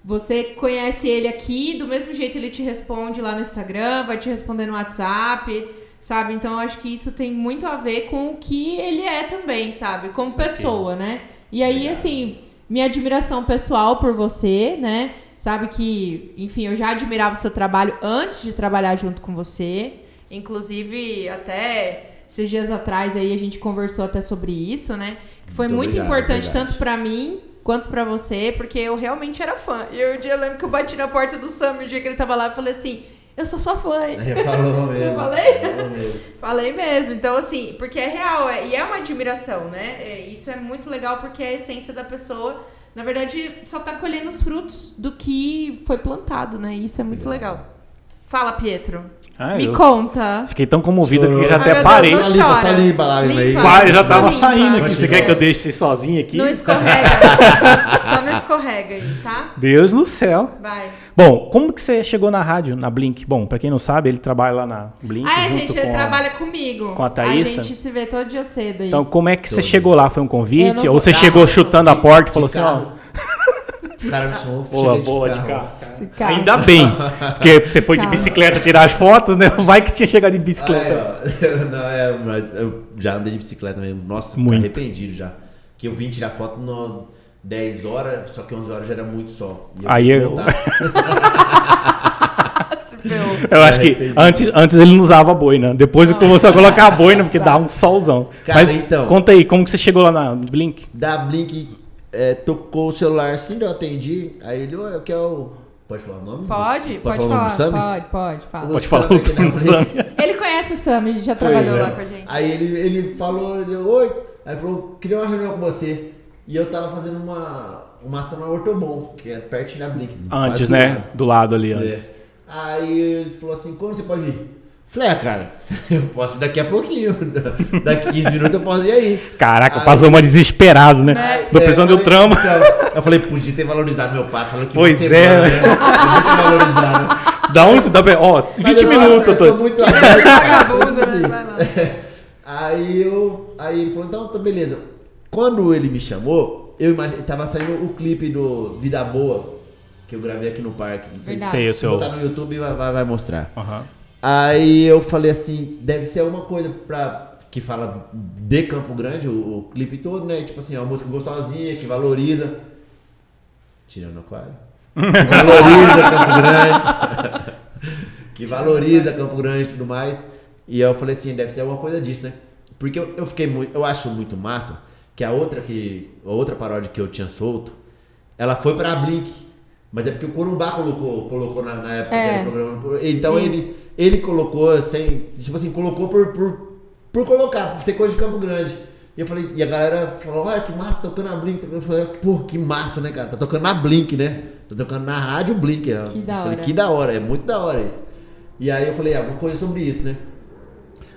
Speaker 1: Você conhece ele aqui, do mesmo jeito ele te responde lá no Instagram, vai te responder no WhatsApp, sabe? Então eu acho que isso tem muito a ver com o que ele é também, sabe? Como pessoa, né? E aí, assim, minha admiração pessoal por você, né? Sabe que, enfim, eu já admirava o seu trabalho antes de trabalhar junto com você. Inclusive, até esses dias atrás aí a gente conversou até sobre isso, né? Que foi muito,
Speaker 3: Muito obrigado,
Speaker 1: importante
Speaker 3: verdade.
Speaker 1: tanto pra mim quanto pra você, porque eu realmente era fã. E eu, um dia eu lembro que eu bati na porta do Sam o dia que ele tava lá e falei assim: "Eu sou sua fã". hein?"
Speaker 3: É, falou mesmo.
Speaker 1: falei?
Speaker 3: Falou mesmo.
Speaker 1: Falei mesmo. Então, assim, porque é real é- e é uma admiração, né? É, isso é muito legal porque é a essência da pessoa. Na verdade, só tá colhendo os frutos do que foi plantado, né? E Isso é muito legal. Fala, Pietro.
Speaker 2: Ah,
Speaker 1: Me
Speaker 2: eu
Speaker 1: conta.
Speaker 2: Fiquei tão comovido que eu já
Speaker 3: Ai,
Speaker 2: até
Speaker 1: meu Deus,
Speaker 2: parei.
Speaker 1: não
Speaker 3: Saliva,
Speaker 1: chora.
Speaker 3: saliva, lágrima aí.
Speaker 1: Limpa.
Speaker 2: Pai, eu já
Speaker 1: Só
Speaker 2: tava
Speaker 1: limpa.
Speaker 2: saindo aqui.
Speaker 3: Vai
Speaker 2: Você
Speaker 3: chegar.
Speaker 2: quer que eu deixe vocês sozinhos aqui?
Speaker 1: Não escorrega. só não escorrega aí, tá?
Speaker 2: Deus do céu.
Speaker 1: Vai.
Speaker 2: Bom, como que você chegou na rádio, na Blink? Bom, pra quem não sabe, ele trabalha lá na Blink.
Speaker 1: Ah, é,
Speaker 2: junto
Speaker 1: gente,
Speaker 2: com
Speaker 1: ele
Speaker 2: a-
Speaker 1: trabalha comigo.
Speaker 2: com a Thaísa?
Speaker 1: A gente se vê todo dia cedo aí.
Speaker 2: Então, como é que você
Speaker 3: Todo
Speaker 2: chegou lá? Foi
Speaker 1: Eu
Speaker 2: um
Speaker 1: não
Speaker 2: convite?
Speaker 1: vou
Speaker 2: Ou você
Speaker 1: dar,
Speaker 2: chegou
Speaker 1: não.
Speaker 2: chutando a porta e
Speaker 3: De
Speaker 2: falou assim, ó...
Speaker 3: carro. Os caras me chamam,
Speaker 2: Boa,
Speaker 3: cheguei
Speaker 2: boa, de carro.
Speaker 1: De carro.
Speaker 2: Ainda bem. Porque você foi de
Speaker 1: Carro.
Speaker 2: bicicleta tirar as fotos, né? Vai que tinha chegado de bicicleta.
Speaker 3: Ah, é, ó. não, é, mas eu já andei de bicicleta mesmo. Nossa,
Speaker 2: Muito.
Speaker 3: Muito. arrependido já. Que eu vim tirar foto no 10 horas, só que 11 horas já era muito sol. E
Speaker 2: Aí
Speaker 3: tive que
Speaker 2: eu-
Speaker 3: voltar.
Speaker 1: Se vê.
Speaker 3: é.
Speaker 2: Eu acho que
Speaker 3: Arrependido.
Speaker 2: antes, antes ele não usava boina. Depois
Speaker 1: Ah.
Speaker 2: ele começou a colocar a boina, porque
Speaker 1: Tá.
Speaker 2: dá um solzão.
Speaker 3: Cara,
Speaker 2: Mas
Speaker 3: então.
Speaker 2: conta aí, como que você chegou lá na Blink?
Speaker 3: Da Blink é, tocou o celular assim, eu atendi. Aí ele, "Ô, eu quero. Pode falar o nome?
Speaker 1: Pode, pode,
Speaker 3: o nome
Speaker 1: falar.
Speaker 3: do Tá Sami?
Speaker 1: Pode, pode, fala.
Speaker 2: Pode
Speaker 3: Sam
Speaker 2: falar o é um
Speaker 3: aqui na
Speaker 2: nome do Sam.
Speaker 1: Ele conhece o Sam, ele já
Speaker 3: Pois
Speaker 1: trabalhou
Speaker 3: é.
Speaker 1: lá com a gente.
Speaker 3: Aí ele, ele falou, ele, oi. Aí falou, queria uma reunião com você. E eu tava fazendo uma, uma ação na Ortobon, que é perto da Blink.
Speaker 2: Antes,
Speaker 3: quase
Speaker 2: né?
Speaker 3: do lado.
Speaker 2: Do lado ali, antes.
Speaker 3: É. Aí ele falou assim, quando você pode vir? Falei, ah, cara, eu posso ir daqui a pouquinho. Daqui 15 minutos eu posso ir aí.
Speaker 2: Caraca,
Speaker 3: Aí-
Speaker 2: passou uma desesperado, né?
Speaker 1: Né?
Speaker 2: Tô pensando
Speaker 3: eu
Speaker 2: eu
Speaker 3: falei,
Speaker 2: tramo.
Speaker 3: então, eu falei, podia ter valorizado meu passo. Falou que
Speaker 2: Pois
Speaker 3: uma
Speaker 2: é.
Speaker 3: semana, né? Podia ter valorizado.
Speaker 2: Dá onde? Dá pra... Ó,
Speaker 3: Mas
Speaker 2: 20
Speaker 3: eu sou-
Speaker 2: minutos
Speaker 3: eu
Speaker 2: eu
Speaker 3: sou
Speaker 2: tô.
Speaker 3: muito aberto,
Speaker 1: Vagabundo,
Speaker 3: tipo assim.
Speaker 1: né? Vai lá.
Speaker 3: Aí eu. Aí ele falou, então, tá, beleza. Quando ele me chamou, eu imaginei. Tava saindo o clipe do Vida Boa, que eu gravei aqui no parque. Não sei se-
Speaker 1: Verdade.
Speaker 2: Sei, é o
Speaker 3: se
Speaker 2: seu.
Speaker 3: botar no YouTube vai, vai- vai mostrar.
Speaker 2: Aham.
Speaker 3: Aí eu falei assim, deve ser alguma coisa pra. Que fala de Campo Grande, o, o clipe todo, né? Tipo assim, é uma música gostosinha, que valoriza. Tirando o aquário. valoriza Campo Grande. que valoriza Campo Grande e tudo mais. E eu falei assim, deve ser alguma coisa disso, né? Porque eu, eu fiquei muito. Eu acho muito massa que a outra que. A outra paródia que eu tinha solto, ela foi pra Blink. Mas é porque o Corumbá colocou, colocou na, na época
Speaker 1: É.
Speaker 3: que era o programa. Então
Speaker 1: Isso.
Speaker 3: ele, ele colocou sem. Tipo assim, colocou por, por, por colocar, por ser coisa de Campo Grande. E eu falei, e a galera falou, olha que massa, tá tocando a Blink. Eu falei, pô, que massa, né, cara? Tá tocando na Blink, né? Tá tocando na rádio Blink. Que
Speaker 1: da hora.
Speaker 3: que da hora, é muito da hora isso. E aí eu falei, alguma coisa sobre isso, né?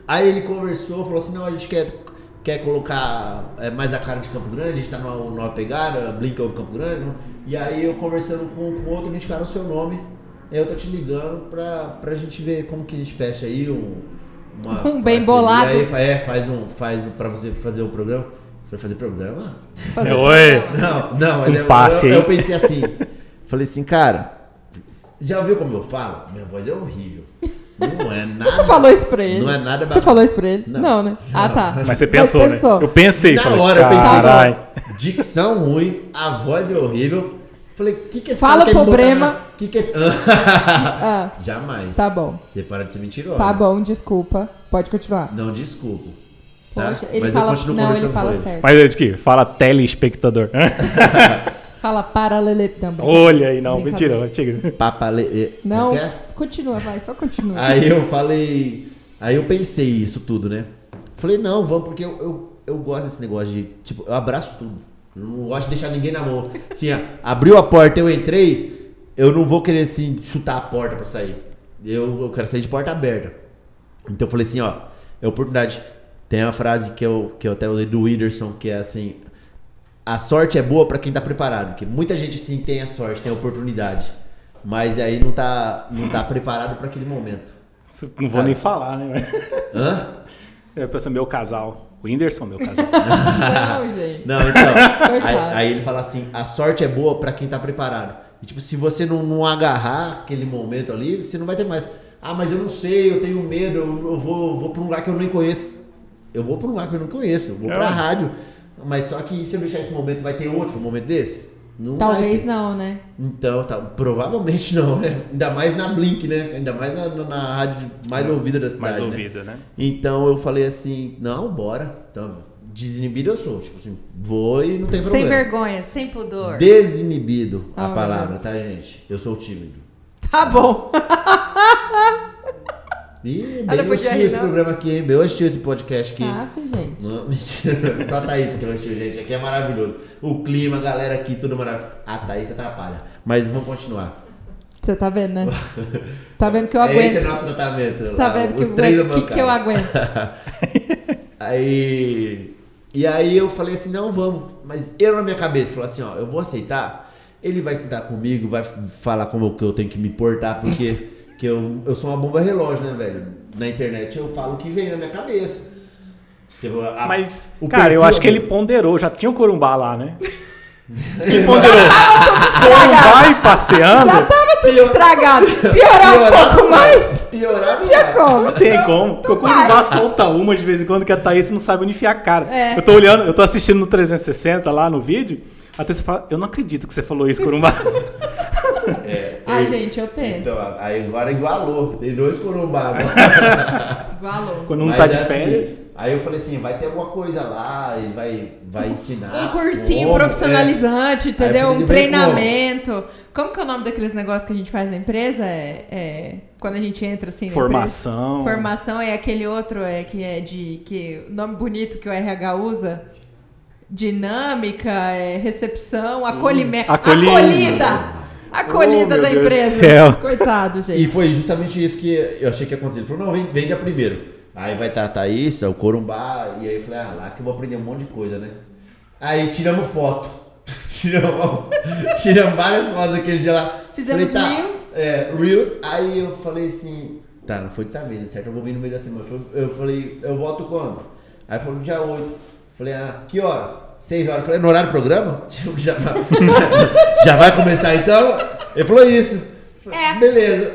Speaker 3: Aí ele conversou, falou assim, não, a gente quer, quer colocar é, mais a cara de Campo Grande, a gente tá numa, numa pegada, Blink over Campo Grande. não? E aí eu conversando com, com outro, me indicaram o seu nome. Aí eu tô te ligando pra, pra gente ver como que a gente fecha aí um... Uma
Speaker 1: Um bem
Speaker 3: parceria.
Speaker 1: bolado.
Speaker 3: Aí, fa- é, faz um, faz um, pra você fazer um programa. Eu Falei, fazer programa?
Speaker 1: Fazer
Speaker 2: É,
Speaker 1: um
Speaker 2: oi.
Speaker 1: programa.
Speaker 3: Não, não, mas
Speaker 2: Um
Speaker 3: eu-
Speaker 2: passe
Speaker 3: eu,
Speaker 2: aí.
Speaker 3: eu pensei assim. Falei assim, cara, já viu como eu falo? Minha voz é horrível. Não é nada.
Speaker 1: Você falou isso pra ele?
Speaker 3: Não é nada
Speaker 1: Você
Speaker 3: bacana.
Speaker 1: falou isso pra ele? Não,
Speaker 3: Não.
Speaker 1: né? Ah, tá.
Speaker 2: Mas você pensou, né? Eu pensei.
Speaker 3: Na
Speaker 2: falei,
Speaker 3: hora eu pensei,
Speaker 2: Carai.
Speaker 3: Dicção ruim, a voz é horrível. Falei, o que que esse
Speaker 1: Fala
Speaker 3: cara quer me botar
Speaker 1: problema.
Speaker 3: na- Que que esse...
Speaker 1: Ah,
Speaker 3: Jamais.
Speaker 1: Tá bom.
Speaker 3: Você para de ser mentiroso.
Speaker 1: tá bom, desculpa. Pode continuar.
Speaker 3: Não, desculpa. Tá?
Speaker 1: Poxa, ele
Speaker 3: Mas eu
Speaker 1: fala.
Speaker 3: continuo
Speaker 1: Não, ele
Speaker 3: conversando
Speaker 1: fala
Speaker 3: com ele.
Speaker 1: certo.
Speaker 2: Mas é de que? Fala telespectador.
Speaker 1: Fala paralelepidão.
Speaker 2: Olha aí, não, mentira.
Speaker 1: Brincadeira.
Speaker 2: Chega.
Speaker 3: Papale...
Speaker 1: Não,
Speaker 3: Como que é?
Speaker 1: continua, vai, só continua.
Speaker 3: Aí eu falei. Aí eu pensei isso tudo, né? Falei, não, vamos, porque eu, eu, eu gosto desse negócio de. Tipo, eu abraço tudo. Eu não gosto de deixar ninguém na mão. Assim, ó, abriu a porta, eu entrei, eu não vou querer, assim, chutar a porta pra sair. Eu, eu quero sair de porta aberta. Então eu falei assim, ó, é oportunidade. Tem uma frase que eu, que eu até usei do Whindersson, que é assim: a sorte é boa para quem tá preparado, porque muita gente sim tem a sorte, tem a oportunidade, mas aí não tá, não tá preparado para aquele momento.
Speaker 2: Não vou nem falar, né?
Speaker 3: Hã?
Speaker 2: Eu penso, meu casal. O Whindersson, meu casal.
Speaker 1: Não, gente.
Speaker 3: Não, então. aí,
Speaker 1: Coitado.
Speaker 3: aí ele fala assim: a sorte é boa para quem tá preparado. E, tipo, se você não, não agarrar aquele momento ali, você não vai ter mais. Ah, mas eu não sei, eu tenho medo, eu, eu vou, eu vou pra um lugar que eu nem conheço. Eu vou pra um lugar que eu não conheço, eu vou pra
Speaker 2: É.
Speaker 3: rádio. Mas só que se eu deixar esse momento, vai ter outro momento desse? Não vai
Speaker 1: Talvez
Speaker 3: ter.
Speaker 1: não, né?
Speaker 3: Então, tá, provavelmente não, né? Ainda mais na Blink, né? Ainda mais na, na- na rádio de- mais ouvida da cidade.
Speaker 2: Mais
Speaker 3: né?
Speaker 2: ouvida, né?
Speaker 3: Então eu falei assim, não, bora. Então, desinibido eu sou. Tipo assim, vou e não tem
Speaker 1: Sem
Speaker 3: problema.
Speaker 1: vergonha, sem pudor.
Speaker 3: Desinibido a
Speaker 1: Oh,
Speaker 3: palavra, tá, gente? Eu sou tímido.
Speaker 1: Tá bom.
Speaker 3: E
Speaker 1: Ah, não
Speaker 3: bem
Speaker 1: podia
Speaker 3: hostil
Speaker 1: rir,
Speaker 3: esse
Speaker 1: não? Tá.
Speaker 3: programa aqui, hein? Bem hostil esse podcast aqui.
Speaker 1: Aff, gente.
Speaker 3: Não, mentira. Só a Thaís que é hostil, gente. Aqui é maravilhoso. O clima, a galera aqui, tudo maravilhoso. A Thaís atrapalha. Mas vamos continuar.
Speaker 1: Você tá vendo, né? Tá vendo que eu aguento.
Speaker 3: é esse é nosso tratamento.
Speaker 1: Você tá
Speaker 3: lá,
Speaker 1: vendo que,
Speaker 3: os
Speaker 1: eu
Speaker 3: três
Speaker 1: aguento-
Speaker 3: da
Speaker 1: que, que eu
Speaker 3: bancada.
Speaker 1: aguento.
Speaker 3: Aí. E aí eu falei assim, não, vamos. Mas eu na minha cabeça falei assim, ó, eu vou aceitar. Ele vai sentar comigo, vai falar como que eu tenho que me portar, porque que eu, eu sou uma bomba relógio, né, velho? Na internet eu falo o que vem na minha cabeça. Tipo, a-
Speaker 2: Mas,
Speaker 3: o
Speaker 2: cara, eu
Speaker 3: perfil-
Speaker 2: acho que ele ponderou. Já tinha o Corumbá lá, né? Ele ponderou. Corumbá e passeando?
Speaker 1: Já tava tudo estragado. Piorar um
Speaker 3: Piorar
Speaker 1: pouco
Speaker 3: não
Speaker 1: mais.
Speaker 3: vai. Piorar não
Speaker 1: Tinha
Speaker 3: vai.
Speaker 2: Não
Speaker 1: como.
Speaker 2: tem como. Porque o Corumbá solta uma de vez em quando que a Thaís não sabe onde enfiar a cara.
Speaker 1: É.
Speaker 2: Eu tô olhando, eu tô assistindo no 360 lá no vídeo. Até você fala, eu não acredito que você falou isso, um Corumbá.
Speaker 3: É,
Speaker 1: Ai,
Speaker 3: e-
Speaker 1: gente, eu tento.
Speaker 3: Então, aí agora igualou. Tem dois corumbá agora. Então.
Speaker 1: Igualou.
Speaker 2: Quando um
Speaker 3: Mas
Speaker 2: tá de
Speaker 3: assim,
Speaker 2: férias.
Speaker 3: Aí eu falei assim, vai ter alguma coisa lá, ele vai, vai ensinar.
Speaker 1: Um cursinho
Speaker 3: como, é,
Speaker 1: profissionalizante, entendeu?
Speaker 3: Aí eu
Speaker 1: Um
Speaker 3: falei, "Bem, como?"
Speaker 1: treinamento. Como que é o nome daqueles negócios que a gente faz na empresa? É, é- quando a gente entra assim. na
Speaker 2: Formação.
Speaker 1: empresa? Formação é aquele outro é que é de que o nome bonito que o RH usa. Dinâmica, é, recepção, acolhimento,
Speaker 2: acolhida.
Speaker 1: acolhida, acolhida
Speaker 2: Oh, meu
Speaker 1: da
Speaker 2: Deus do
Speaker 1: empresa.
Speaker 2: céu.
Speaker 1: Coitado, gente.
Speaker 3: E foi justamente isso que eu achei que ia acontecer. Ele falou, não, vem, vem dia primeiro. Aí vai estar a Thaís, o Corumbá, e aí eu falei, ah, lá que eu vou aprender um monte de coisa, né? Aí tiramos foto. tiramos, tiramos várias fotos daquele dia lá.
Speaker 1: Fizemos
Speaker 3: Falei,
Speaker 1: reels.
Speaker 3: É, Reels. Aí eu falei assim, tá, não foi dessa vez, né, certo? Eu vou vir no meio da semana. Eu falei, eu volto quando? Aí falou, dia 8. Falei, ah, que horas? 6 horas. Falei, "É no horário do programa? Tipo, Já vai, já vai começar então? Ele falou isso.
Speaker 1: É.
Speaker 3: Beleza.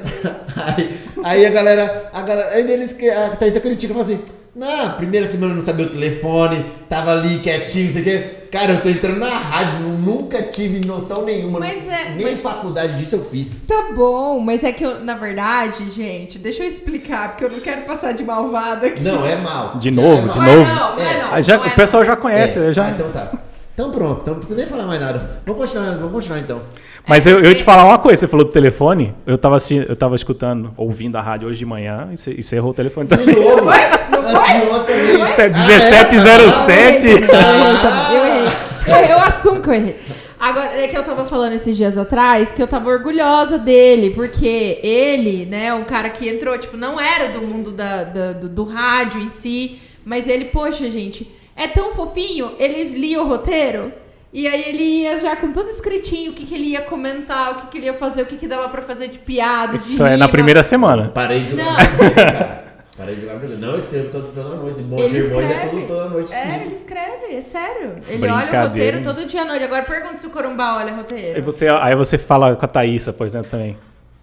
Speaker 3: Aí, aí a galera, a galera, aí eles, que- a Thaís critica, fala assim, na primeira semana eu não sabia o telefone, tava ali quietinho, não sei o quê. Cara, eu tô entrando na rádio, eu nunca tive noção nenhuma.
Speaker 1: Mas é-
Speaker 3: nem
Speaker 1: mas-
Speaker 3: faculdade disso eu fiz.
Speaker 1: Tá bom, mas é que eu, na verdade, gente, deixa eu explicar, porque eu não quero passar de malvada aqui.
Speaker 3: Não, é mal.
Speaker 2: De
Speaker 3: Já
Speaker 2: novo,
Speaker 3: é
Speaker 2: de
Speaker 1: Não
Speaker 3: mal.
Speaker 1: é
Speaker 2: novo.
Speaker 1: não, não é
Speaker 3: É.
Speaker 1: não,
Speaker 2: Ah, já-
Speaker 1: não é
Speaker 2: o pessoal já conhece,
Speaker 3: É.
Speaker 2: eu já.
Speaker 3: Ah, então tá. Então pronto, então não precisa nem falar mais nada. Vamos continuar, vamos continuar então.
Speaker 2: Mas eu, eu te falar uma coisa, você falou do telefone, eu tava assistindo, eu tava escutando, ouvindo a rádio hoje de manhã e você, e você errou o telefone
Speaker 3: De
Speaker 2: também.
Speaker 3: novo. assim,
Speaker 1: Foi? Não
Speaker 3: Antes
Speaker 1: foi?
Speaker 3: de ontem, eu-
Speaker 2: Isso é
Speaker 1: Não, Eu errei, também,
Speaker 2: 1707?
Speaker 1: eu errei também, eu errei. Eu errei, Eu assumo que eu errei. Agora, é que eu tava falando esses dias atrás que eu tava orgulhosa dele, porque ele, né, um cara que entrou, tipo, não era do mundo da, da- do, do rádio em si, mas ele, poxa, gente, é tão fofinho, ele lia o roteiro. E aí ele ia já com tudo escritinho, o que, que ele ia comentar, o que, que ele ia fazer, o que, que dava pra fazer de piada, de
Speaker 2: Isso é na
Speaker 1: rima.
Speaker 2: primeira semana.
Speaker 3: Parei de jogar
Speaker 1: Não.
Speaker 3: videogame, cara. Parei de jogar videogame. Não escrevo todo- toda noite. Bom
Speaker 1: Ele
Speaker 3: dia, bom dia,
Speaker 1: escreve.
Speaker 3: tudo toda é noite
Speaker 1: é, ele
Speaker 3: escrito.
Speaker 1: escreve, é sério. Ele olha o
Speaker 2: Brincadeira,
Speaker 1: roteiro
Speaker 2: hein?
Speaker 1: todo dia à noite. Agora pergunta se o Corumbá olha
Speaker 2: Aí
Speaker 1: roteiro.
Speaker 2: você, aí você fala com a Thaísa, por exemplo, também.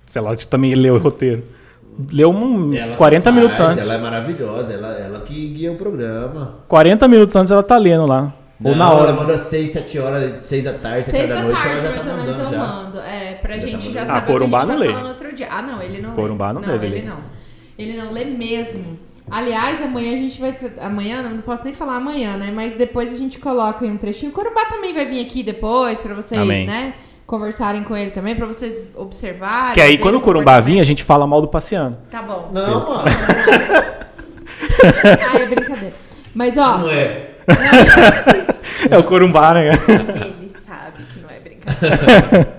Speaker 2: Sei lá, você também leu o roteiro. Leu um
Speaker 3: Ela que
Speaker 2: 40
Speaker 3: faz,
Speaker 2: minutos antes.
Speaker 3: Ela é maravilhosa, ela, ela que guia o programa.
Speaker 2: 40 minutos antes ela tá lendo lá. Ou
Speaker 3: Não,
Speaker 2: na hora.
Speaker 3: Ela manda 6, 7 horas, 6 da tarde, 7
Speaker 1: Seis
Speaker 3: horas
Speaker 1: da
Speaker 3: da noite,
Speaker 1: tarde,
Speaker 3: ela já tá
Speaker 1: mais ou menos,
Speaker 3: mandando
Speaker 1: eu
Speaker 3: já.
Speaker 1: mando. É, pra gente
Speaker 3: mandando.
Speaker 1: já
Speaker 3: Ah,
Speaker 1: saber
Speaker 2: Corumbá
Speaker 1: o que a
Speaker 2: não
Speaker 1: gente vai
Speaker 2: lê.
Speaker 1: falar no outro dia. Ah, não, ele não
Speaker 2: Corumbá
Speaker 1: lê.
Speaker 2: não
Speaker 1: não
Speaker 2: deve
Speaker 1: ele
Speaker 2: ler.
Speaker 1: não. Ele não lê mesmo. Aliás, amanhã a gente vai... Amanhã, não posso nem falar amanhã, né? Mas depois a gente coloca aí um trechinho. O Corumbá também vai vir aqui depois pra vocês,
Speaker 2: Amém.
Speaker 1: né? Conversarem com ele também, pra vocês observarem.
Speaker 2: Que aí
Speaker 1: verem
Speaker 2: quando o Corumbá
Speaker 1: comportamento.
Speaker 2: vinha, a gente fala mal do passeando.
Speaker 1: Tá bom.
Speaker 3: Não, mano,
Speaker 1: Ah, é brincadeira. Mas, ó...
Speaker 3: não é.
Speaker 2: É o Corumbá, né?
Speaker 1: Ele sabe que não é brincadeira.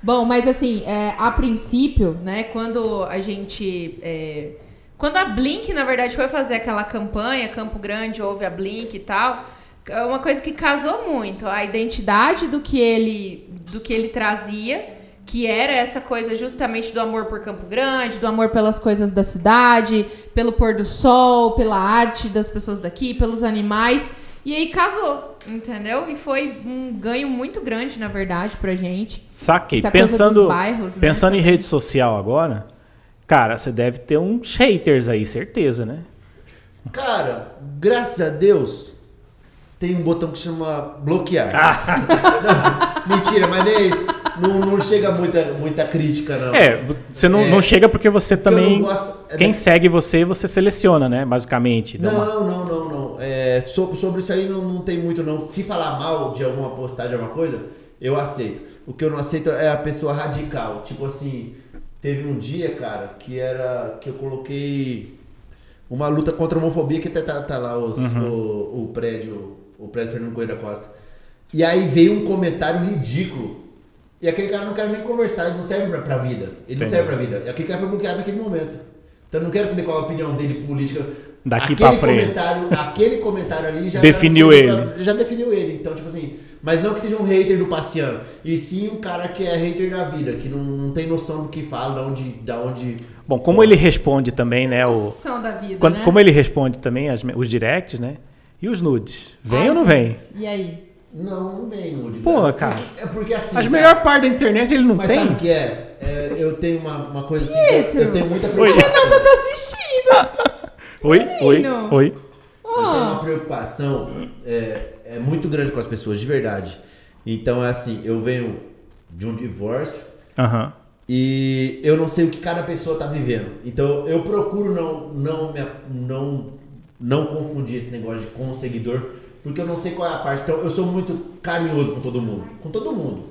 Speaker 1: Bom, mas assim, é, a princípio, né, quando a gente é, Quando a Blink, na verdade, foi fazer aquela campanha, Campo Grande houve a Blink e tal, é uma coisa que casou muito, a identidade do que ele do que ele trazia, que era essa coisa justamente do amor por Campo Grande, do amor pelas coisas da cidade, pelo pôr do sol, pela arte das pessoas daqui, pelos animais. E aí casou, entendeu? E foi um ganho muito grande, na verdade, pra gente.
Speaker 2: Saquei. Pensando, bairros, pensando né? em rede social agora, cara, você deve ter uns haters aí, certeza, né?
Speaker 3: Cara, graças a Deus, tem um botão que chama bloquear. Ah. Não, mentira, mas nem é isso. Não, não chega muita, muita crítica, não.
Speaker 2: É, você não, é, não chega porque você também. Gosto, quem da... segue você, você seleciona, né? Basicamente.
Speaker 3: Não, uma... não, não, não. É, sobre, sobre isso aí não, não tem muito, não. Se falar mal de alguma postagem, alguma coisa, eu aceito. O que eu não aceito é a pessoa radical. Tipo assim, teve um dia, cara, que era. que eu coloquei uma luta contra a homofobia que tá, tá, tá lá os, uhum. o, o prédio. O prédio Fernando Coelho da Costa. E aí veio um comentário ridículo. E aquele cara não quer nem conversar, ele não serve pra, pra vida. Ele Entendi. não serve pra vida. E aquele cara foi bloqueado naquele momento. Então eu não quero saber qual a opinião dele política.
Speaker 2: Daqui
Speaker 3: aquele
Speaker 2: pra frente.
Speaker 3: Comentário, aquele comentário ali já
Speaker 2: definiu
Speaker 3: já,
Speaker 2: ele.
Speaker 3: Já, já definiu ele. Então, tipo assim, mas não que seja um hater do Passeano, e sim um cara que é hater da vida, que não, não tem noção do que fala, da onde, da onde
Speaker 2: Bom, como ele responde também, né, o
Speaker 1: da vida,
Speaker 2: quando,
Speaker 1: né?
Speaker 2: como é ele responde também as, os directs, né? E os nudes. Vem Ai, ou não vem?
Speaker 1: Gente, e aí?
Speaker 3: Não, não vem nude.
Speaker 2: Pô, cara.
Speaker 3: É porque assim.
Speaker 2: As melhor parte da internet ele não
Speaker 3: mas
Speaker 2: tem.
Speaker 3: Mas sabe o que é? é? Eu tenho uma, uma coisa assim. Pietro, eu tenho muita
Speaker 1: preocupação. Renata tá assistindo.
Speaker 2: oi, oi, oi.
Speaker 3: Oh. Eu tenho uma preocupação é, é, muito grande com as pessoas, de verdade. Então é assim, eu venho de um divórcio.
Speaker 2: Aham. Uh -huh.
Speaker 3: E eu não sei o que cada pessoa tá vivendo. Então eu procuro não não me, não não confundir esse negócio de com seguidor porque eu não sei qual é a parte. Então eu sou muito carinhoso com todo mundo, com todo mundo.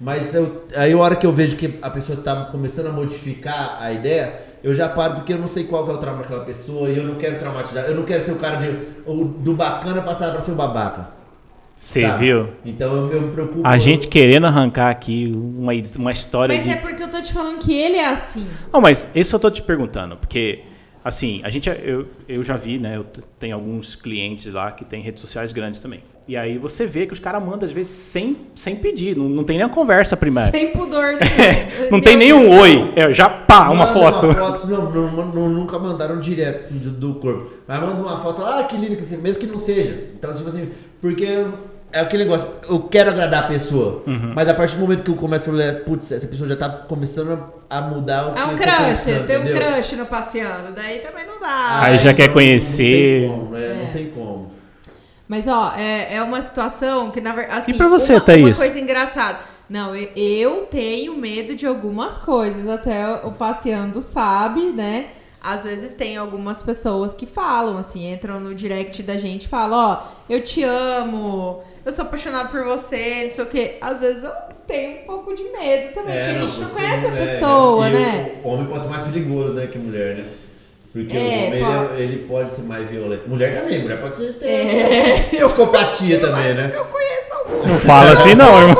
Speaker 3: Mas eu, aí a hora que eu vejo que a pessoa está começando a modificar a ideia, eu já paro porque eu não sei qual é o trauma daquela pessoa e eu não quero traumatizar. Eu não quero ser o cara de, o, do bacana passar para ser o babaca.
Speaker 2: Você viu?
Speaker 3: Então eu, eu, me preocupo.
Speaker 2: A gente eu... querendo arrancar aqui uma, uma história.
Speaker 1: Mas
Speaker 2: de...
Speaker 1: é porque eu tô te falando que ele é assim.
Speaker 2: Não, mas isso eu tô te perguntando, porque assim, a gente, eu, eu já vi, né? Eu tenho alguns clientes lá que tem redes sociais grandes também. E aí você vê que os caras mandam, às vezes, sem, sem pedir, não, não tem nem a conversa primeiro.
Speaker 1: Sem pudor.
Speaker 2: É, não tem nem um oi, é, já pá, uma foto.
Speaker 3: Uma foto assim, não, não, não, nunca mandaram direto assim, do, do, corpo. Mas manda uma foto, ah, que linda, que assim, mesmo que não seja. Então, tipo assim, porque é aquele negócio, eu quero agradar a pessoa, uhum. mas a partir do momento que eu começo a ler, putz, essa pessoa já tá começando a mudar o
Speaker 1: É um crush, tem um crush no passeando, daí também não dá.
Speaker 3: Ah,
Speaker 2: Aí já quer não, conhecer.
Speaker 3: Não tem como, né? É. Não tem como.
Speaker 1: Mas ó, é, é uma situação que na verdade. Assim,
Speaker 2: e pra você,
Speaker 1: uma,
Speaker 2: Thaís? Uma
Speaker 1: coisa engraçada. Não, eu tenho medo de algumas coisas, até o passeando sabe, né? às vezes tem algumas pessoas que falam, assim, entram no direct da gente e falam, ó, oh, eu te amo, eu sou apaixonado por você, não sei o quê. Às vezes eu tenho um pouco de medo também, é, porque não, a gente não conhece a mulher, pessoa, né?
Speaker 3: O homem pode ser mais perigoso, né, que mulher, né? Porque é, o homem, pode... Ele, ele, pode ser mais violento. Mulher também, mulher pode ser, ter é. psicopatia eu também, né?
Speaker 1: Eu conheço alguns.
Speaker 2: Não fala assim não, irmão.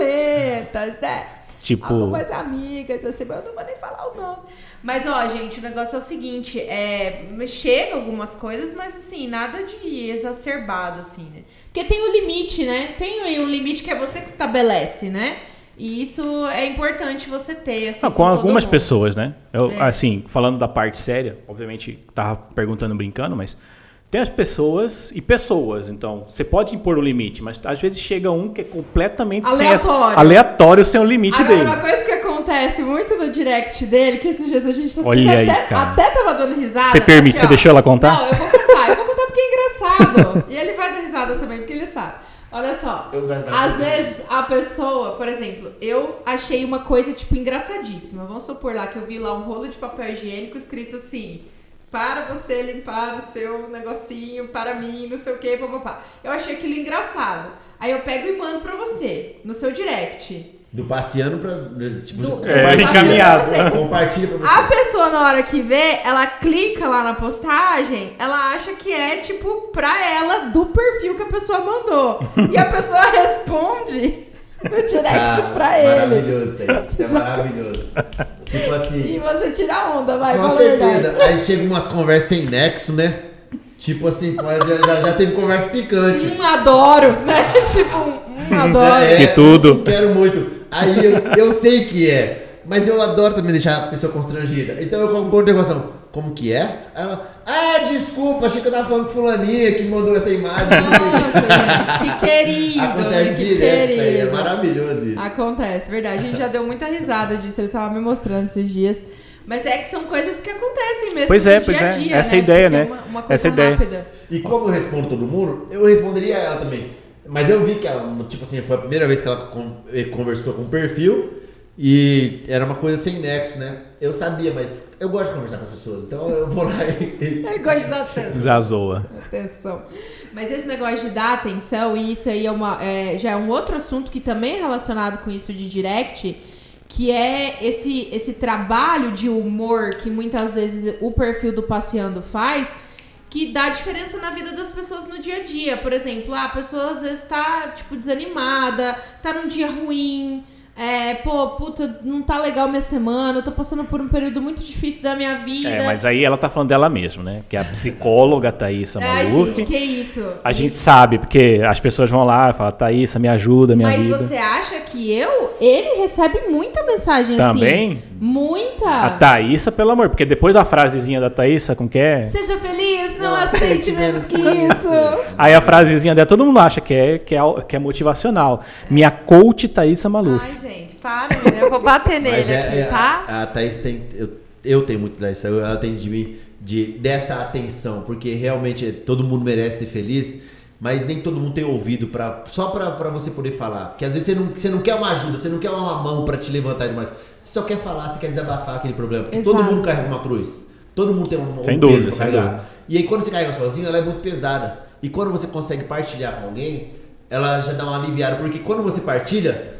Speaker 1: violentas, né?
Speaker 2: Tipo...
Speaker 1: Algumas amigas, assim, mas eu não vou nem falar o nome. Mas, ó, gente, o negócio é o seguinte, é, chega algumas coisas, mas, assim, nada de exacerbado, assim, né? Porque tem um limite, né? Tem um limite que é você que estabelece, né? E isso é importante você ter, assim,
Speaker 2: Não, Ah, com, com algumas pessoas, né? Eu, é. Assim, falando da parte séria, obviamente, tava perguntando brincando, mas... Tem as pessoas e pessoas, então você pode impor um limite, mas às vezes chega um que é completamente
Speaker 1: aleatório sem,
Speaker 2: essa, aleatório, sem o limite
Speaker 1: Agora,
Speaker 2: dele.
Speaker 1: Uma coisa que acontece muito no direct dele, que esses dias a gente tá Olha até, aí, cara. até tava dando risada. né,
Speaker 2: Você permite, assim, você ó, deixou ela contar?
Speaker 1: Não, eu vou contar, eu vou contar porque é engraçado. e ele vai dar risada também, porque ele sabe. Olha só, às vezes a pessoa, por exemplo, eu achei uma coisa, tipo, engraçadíssima. Vamos supor lá que eu vi lá um rolo de papel higiênico escrito assim para você limpar o seu negocinho para mim, não sei o que, papapá. Eu achei aquilo engraçado. Aí eu pego e mando para você, no seu direct.
Speaker 3: Do passeando pra.
Speaker 2: Tipo, do, é, encaminhado.
Speaker 3: Pra Compartilha pra você.
Speaker 1: Tipo assim, A pessoa, na hora que vê, ela clica lá na postagem, ela acha que é, tipo, pra ela do perfil que a pessoa mandou. e a pessoa responde.
Speaker 4: no direct
Speaker 3: Cara,
Speaker 4: pra ele.
Speaker 3: Ah, Maravilhoso isso aí. Isso é maravilhoso. tipo
Speaker 4: E
Speaker 3: assim,
Speaker 4: você tira onda, vai,
Speaker 3: com
Speaker 4: fala a
Speaker 3: certeza.
Speaker 4: verdade.
Speaker 3: Aí chega umas conversas sem nexo, né? Tipo assim, pô, já, já- já teve conversa picante.
Speaker 1: Um adoro, né? Tipo, um, um adoro.
Speaker 3: É,
Speaker 2: De tudo.
Speaker 3: eu Quero muito. Aí eu, eu sei que é. Mas eu adoro também deixar a pessoa constrangida. Então eu compro uma interrogação. Como que é? Aí Ela, ah, desculpa, achei que eu tava falando com fulaninha que mandou essa imagem. não sei o quê."
Speaker 1: Nossa, gente, que querido, né?
Speaker 3: Acontece
Speaker 1: que
Speaker 3: direto isso aí, é
Speaker 1: querido.
Speaker 3: maravilhoso isso.
Speaker 1: Acontece, verdade. A gente já deu muita risada disso, ele tava me mostrando esses dias. Mas é que são coisas que acontecem mesmo
Speaker 2: Pois
Speaker 1: no
Speaker 2: é,
Speaker 1: dia
Speaker 2: pois
Speaker 1: a
Speaker 2: é.
Speaker 1: dia,
Speaker 2: Essa
Speaker 1: né?
Speaker 2: é a ideia,
Speaker 1: Porque
Speaker 2: né?
Speaker 1: é Uma, uma coisa
Speaker 2: Essa é a ideia.
Speaker 1: rápida.
Speaker 3: E como eu respondo todo mundo, eu responderia ela também. Mas eu vi que ela, tipo assim, foi a primeira vez que ela con- eh, conversou com o perfil e era uma coisa sem nexo, né? Eu sabia, mas eu gosto de conversar com as pessoas, então eu vou lá e.
Speaker 1: Ele gosta de dar atenção.
Speaker 2: Zazoa.
Speaker 1: atenção. Mas esse negócio de dar atenção, e isso aí é uma, é, já é um outro assunto que também é relacionado com isso de direct, que é esse, esse trabalho de humor que muitas vezes o perfil do passeando faz, que dá diferença na vida das pessoas no dia a dia. Por exemplo, ah, a pessoa às vezes tá, tipo, desanimada, tá num dia ruim. É, pô, puta, não tá legal minha semana, eu tô passando por um período muito difícil da minha vida.
Speaker 2: É, mas aí ela tá falando dela mesma, né? Que a psicóloga Thaísa
Speaker 1: Ai,
Speaker 2: Maluf.
Speaker 1: É, gente, que isso?
Speaker 2: A gente sabe, porque as pessoas vão lá e falam, Thaísa, me ajuda, minha
Speaker 1: Mas
Speaker 2: vida.
Speaker 1: você acha que eu? Ele recebe muita mensagem assim.
Speaker 2: Também?
Speaker 1: Muita.
Speaker 2: A Thaísa, pelo amor, porque depois a frasezinha da Thaísa, como que é?
Speaker 1: Seja feliz, não, aceite menos que isso.
Speaker 2: Aí a frasezinha dela, todo mundo acha que é, que é, que é motivacional. Minha coach Thaísa Maluf.
Speaker 1: Ai, gente, para, menina, eu vou bater
Speaker 3: Mas
Speaker 1: nele aqui,
Speaker 3: é, é,
Speaker 1: tá?
Speaker 3: a, a Thaís tem. Eu, eu tenho muito dessa, eu- ela tem de mim de, dessa atenção, porque realmente todo mundo merece ser feliz. Mas nem todo mundo tem ouvido pra, só pra, pra você poder falar. Porque às vezes você não, você não quer uma ajuda, você não quer uma mão pra te levantar e mais. Você só quer falar, você quer desabafar aquele problema. Porque todo
Speaker 1: Exato.
Speaker 3: mundo carrega uma cruz. Todo mundo tem um, um
Speaker 2: Sem
Speaker 3: peso
Speaker 2: dúvida,
Speaker 3: pra
Speaker 2: sem
Speaker 3: carregar.
Speaker 2: dúvida.
Speaker 3: E aí quando você carrega sozinho, ela é muito pesada. E quando você consegue partilhar com alguém, ela já dá uma aliviada. Porque quando você partilha,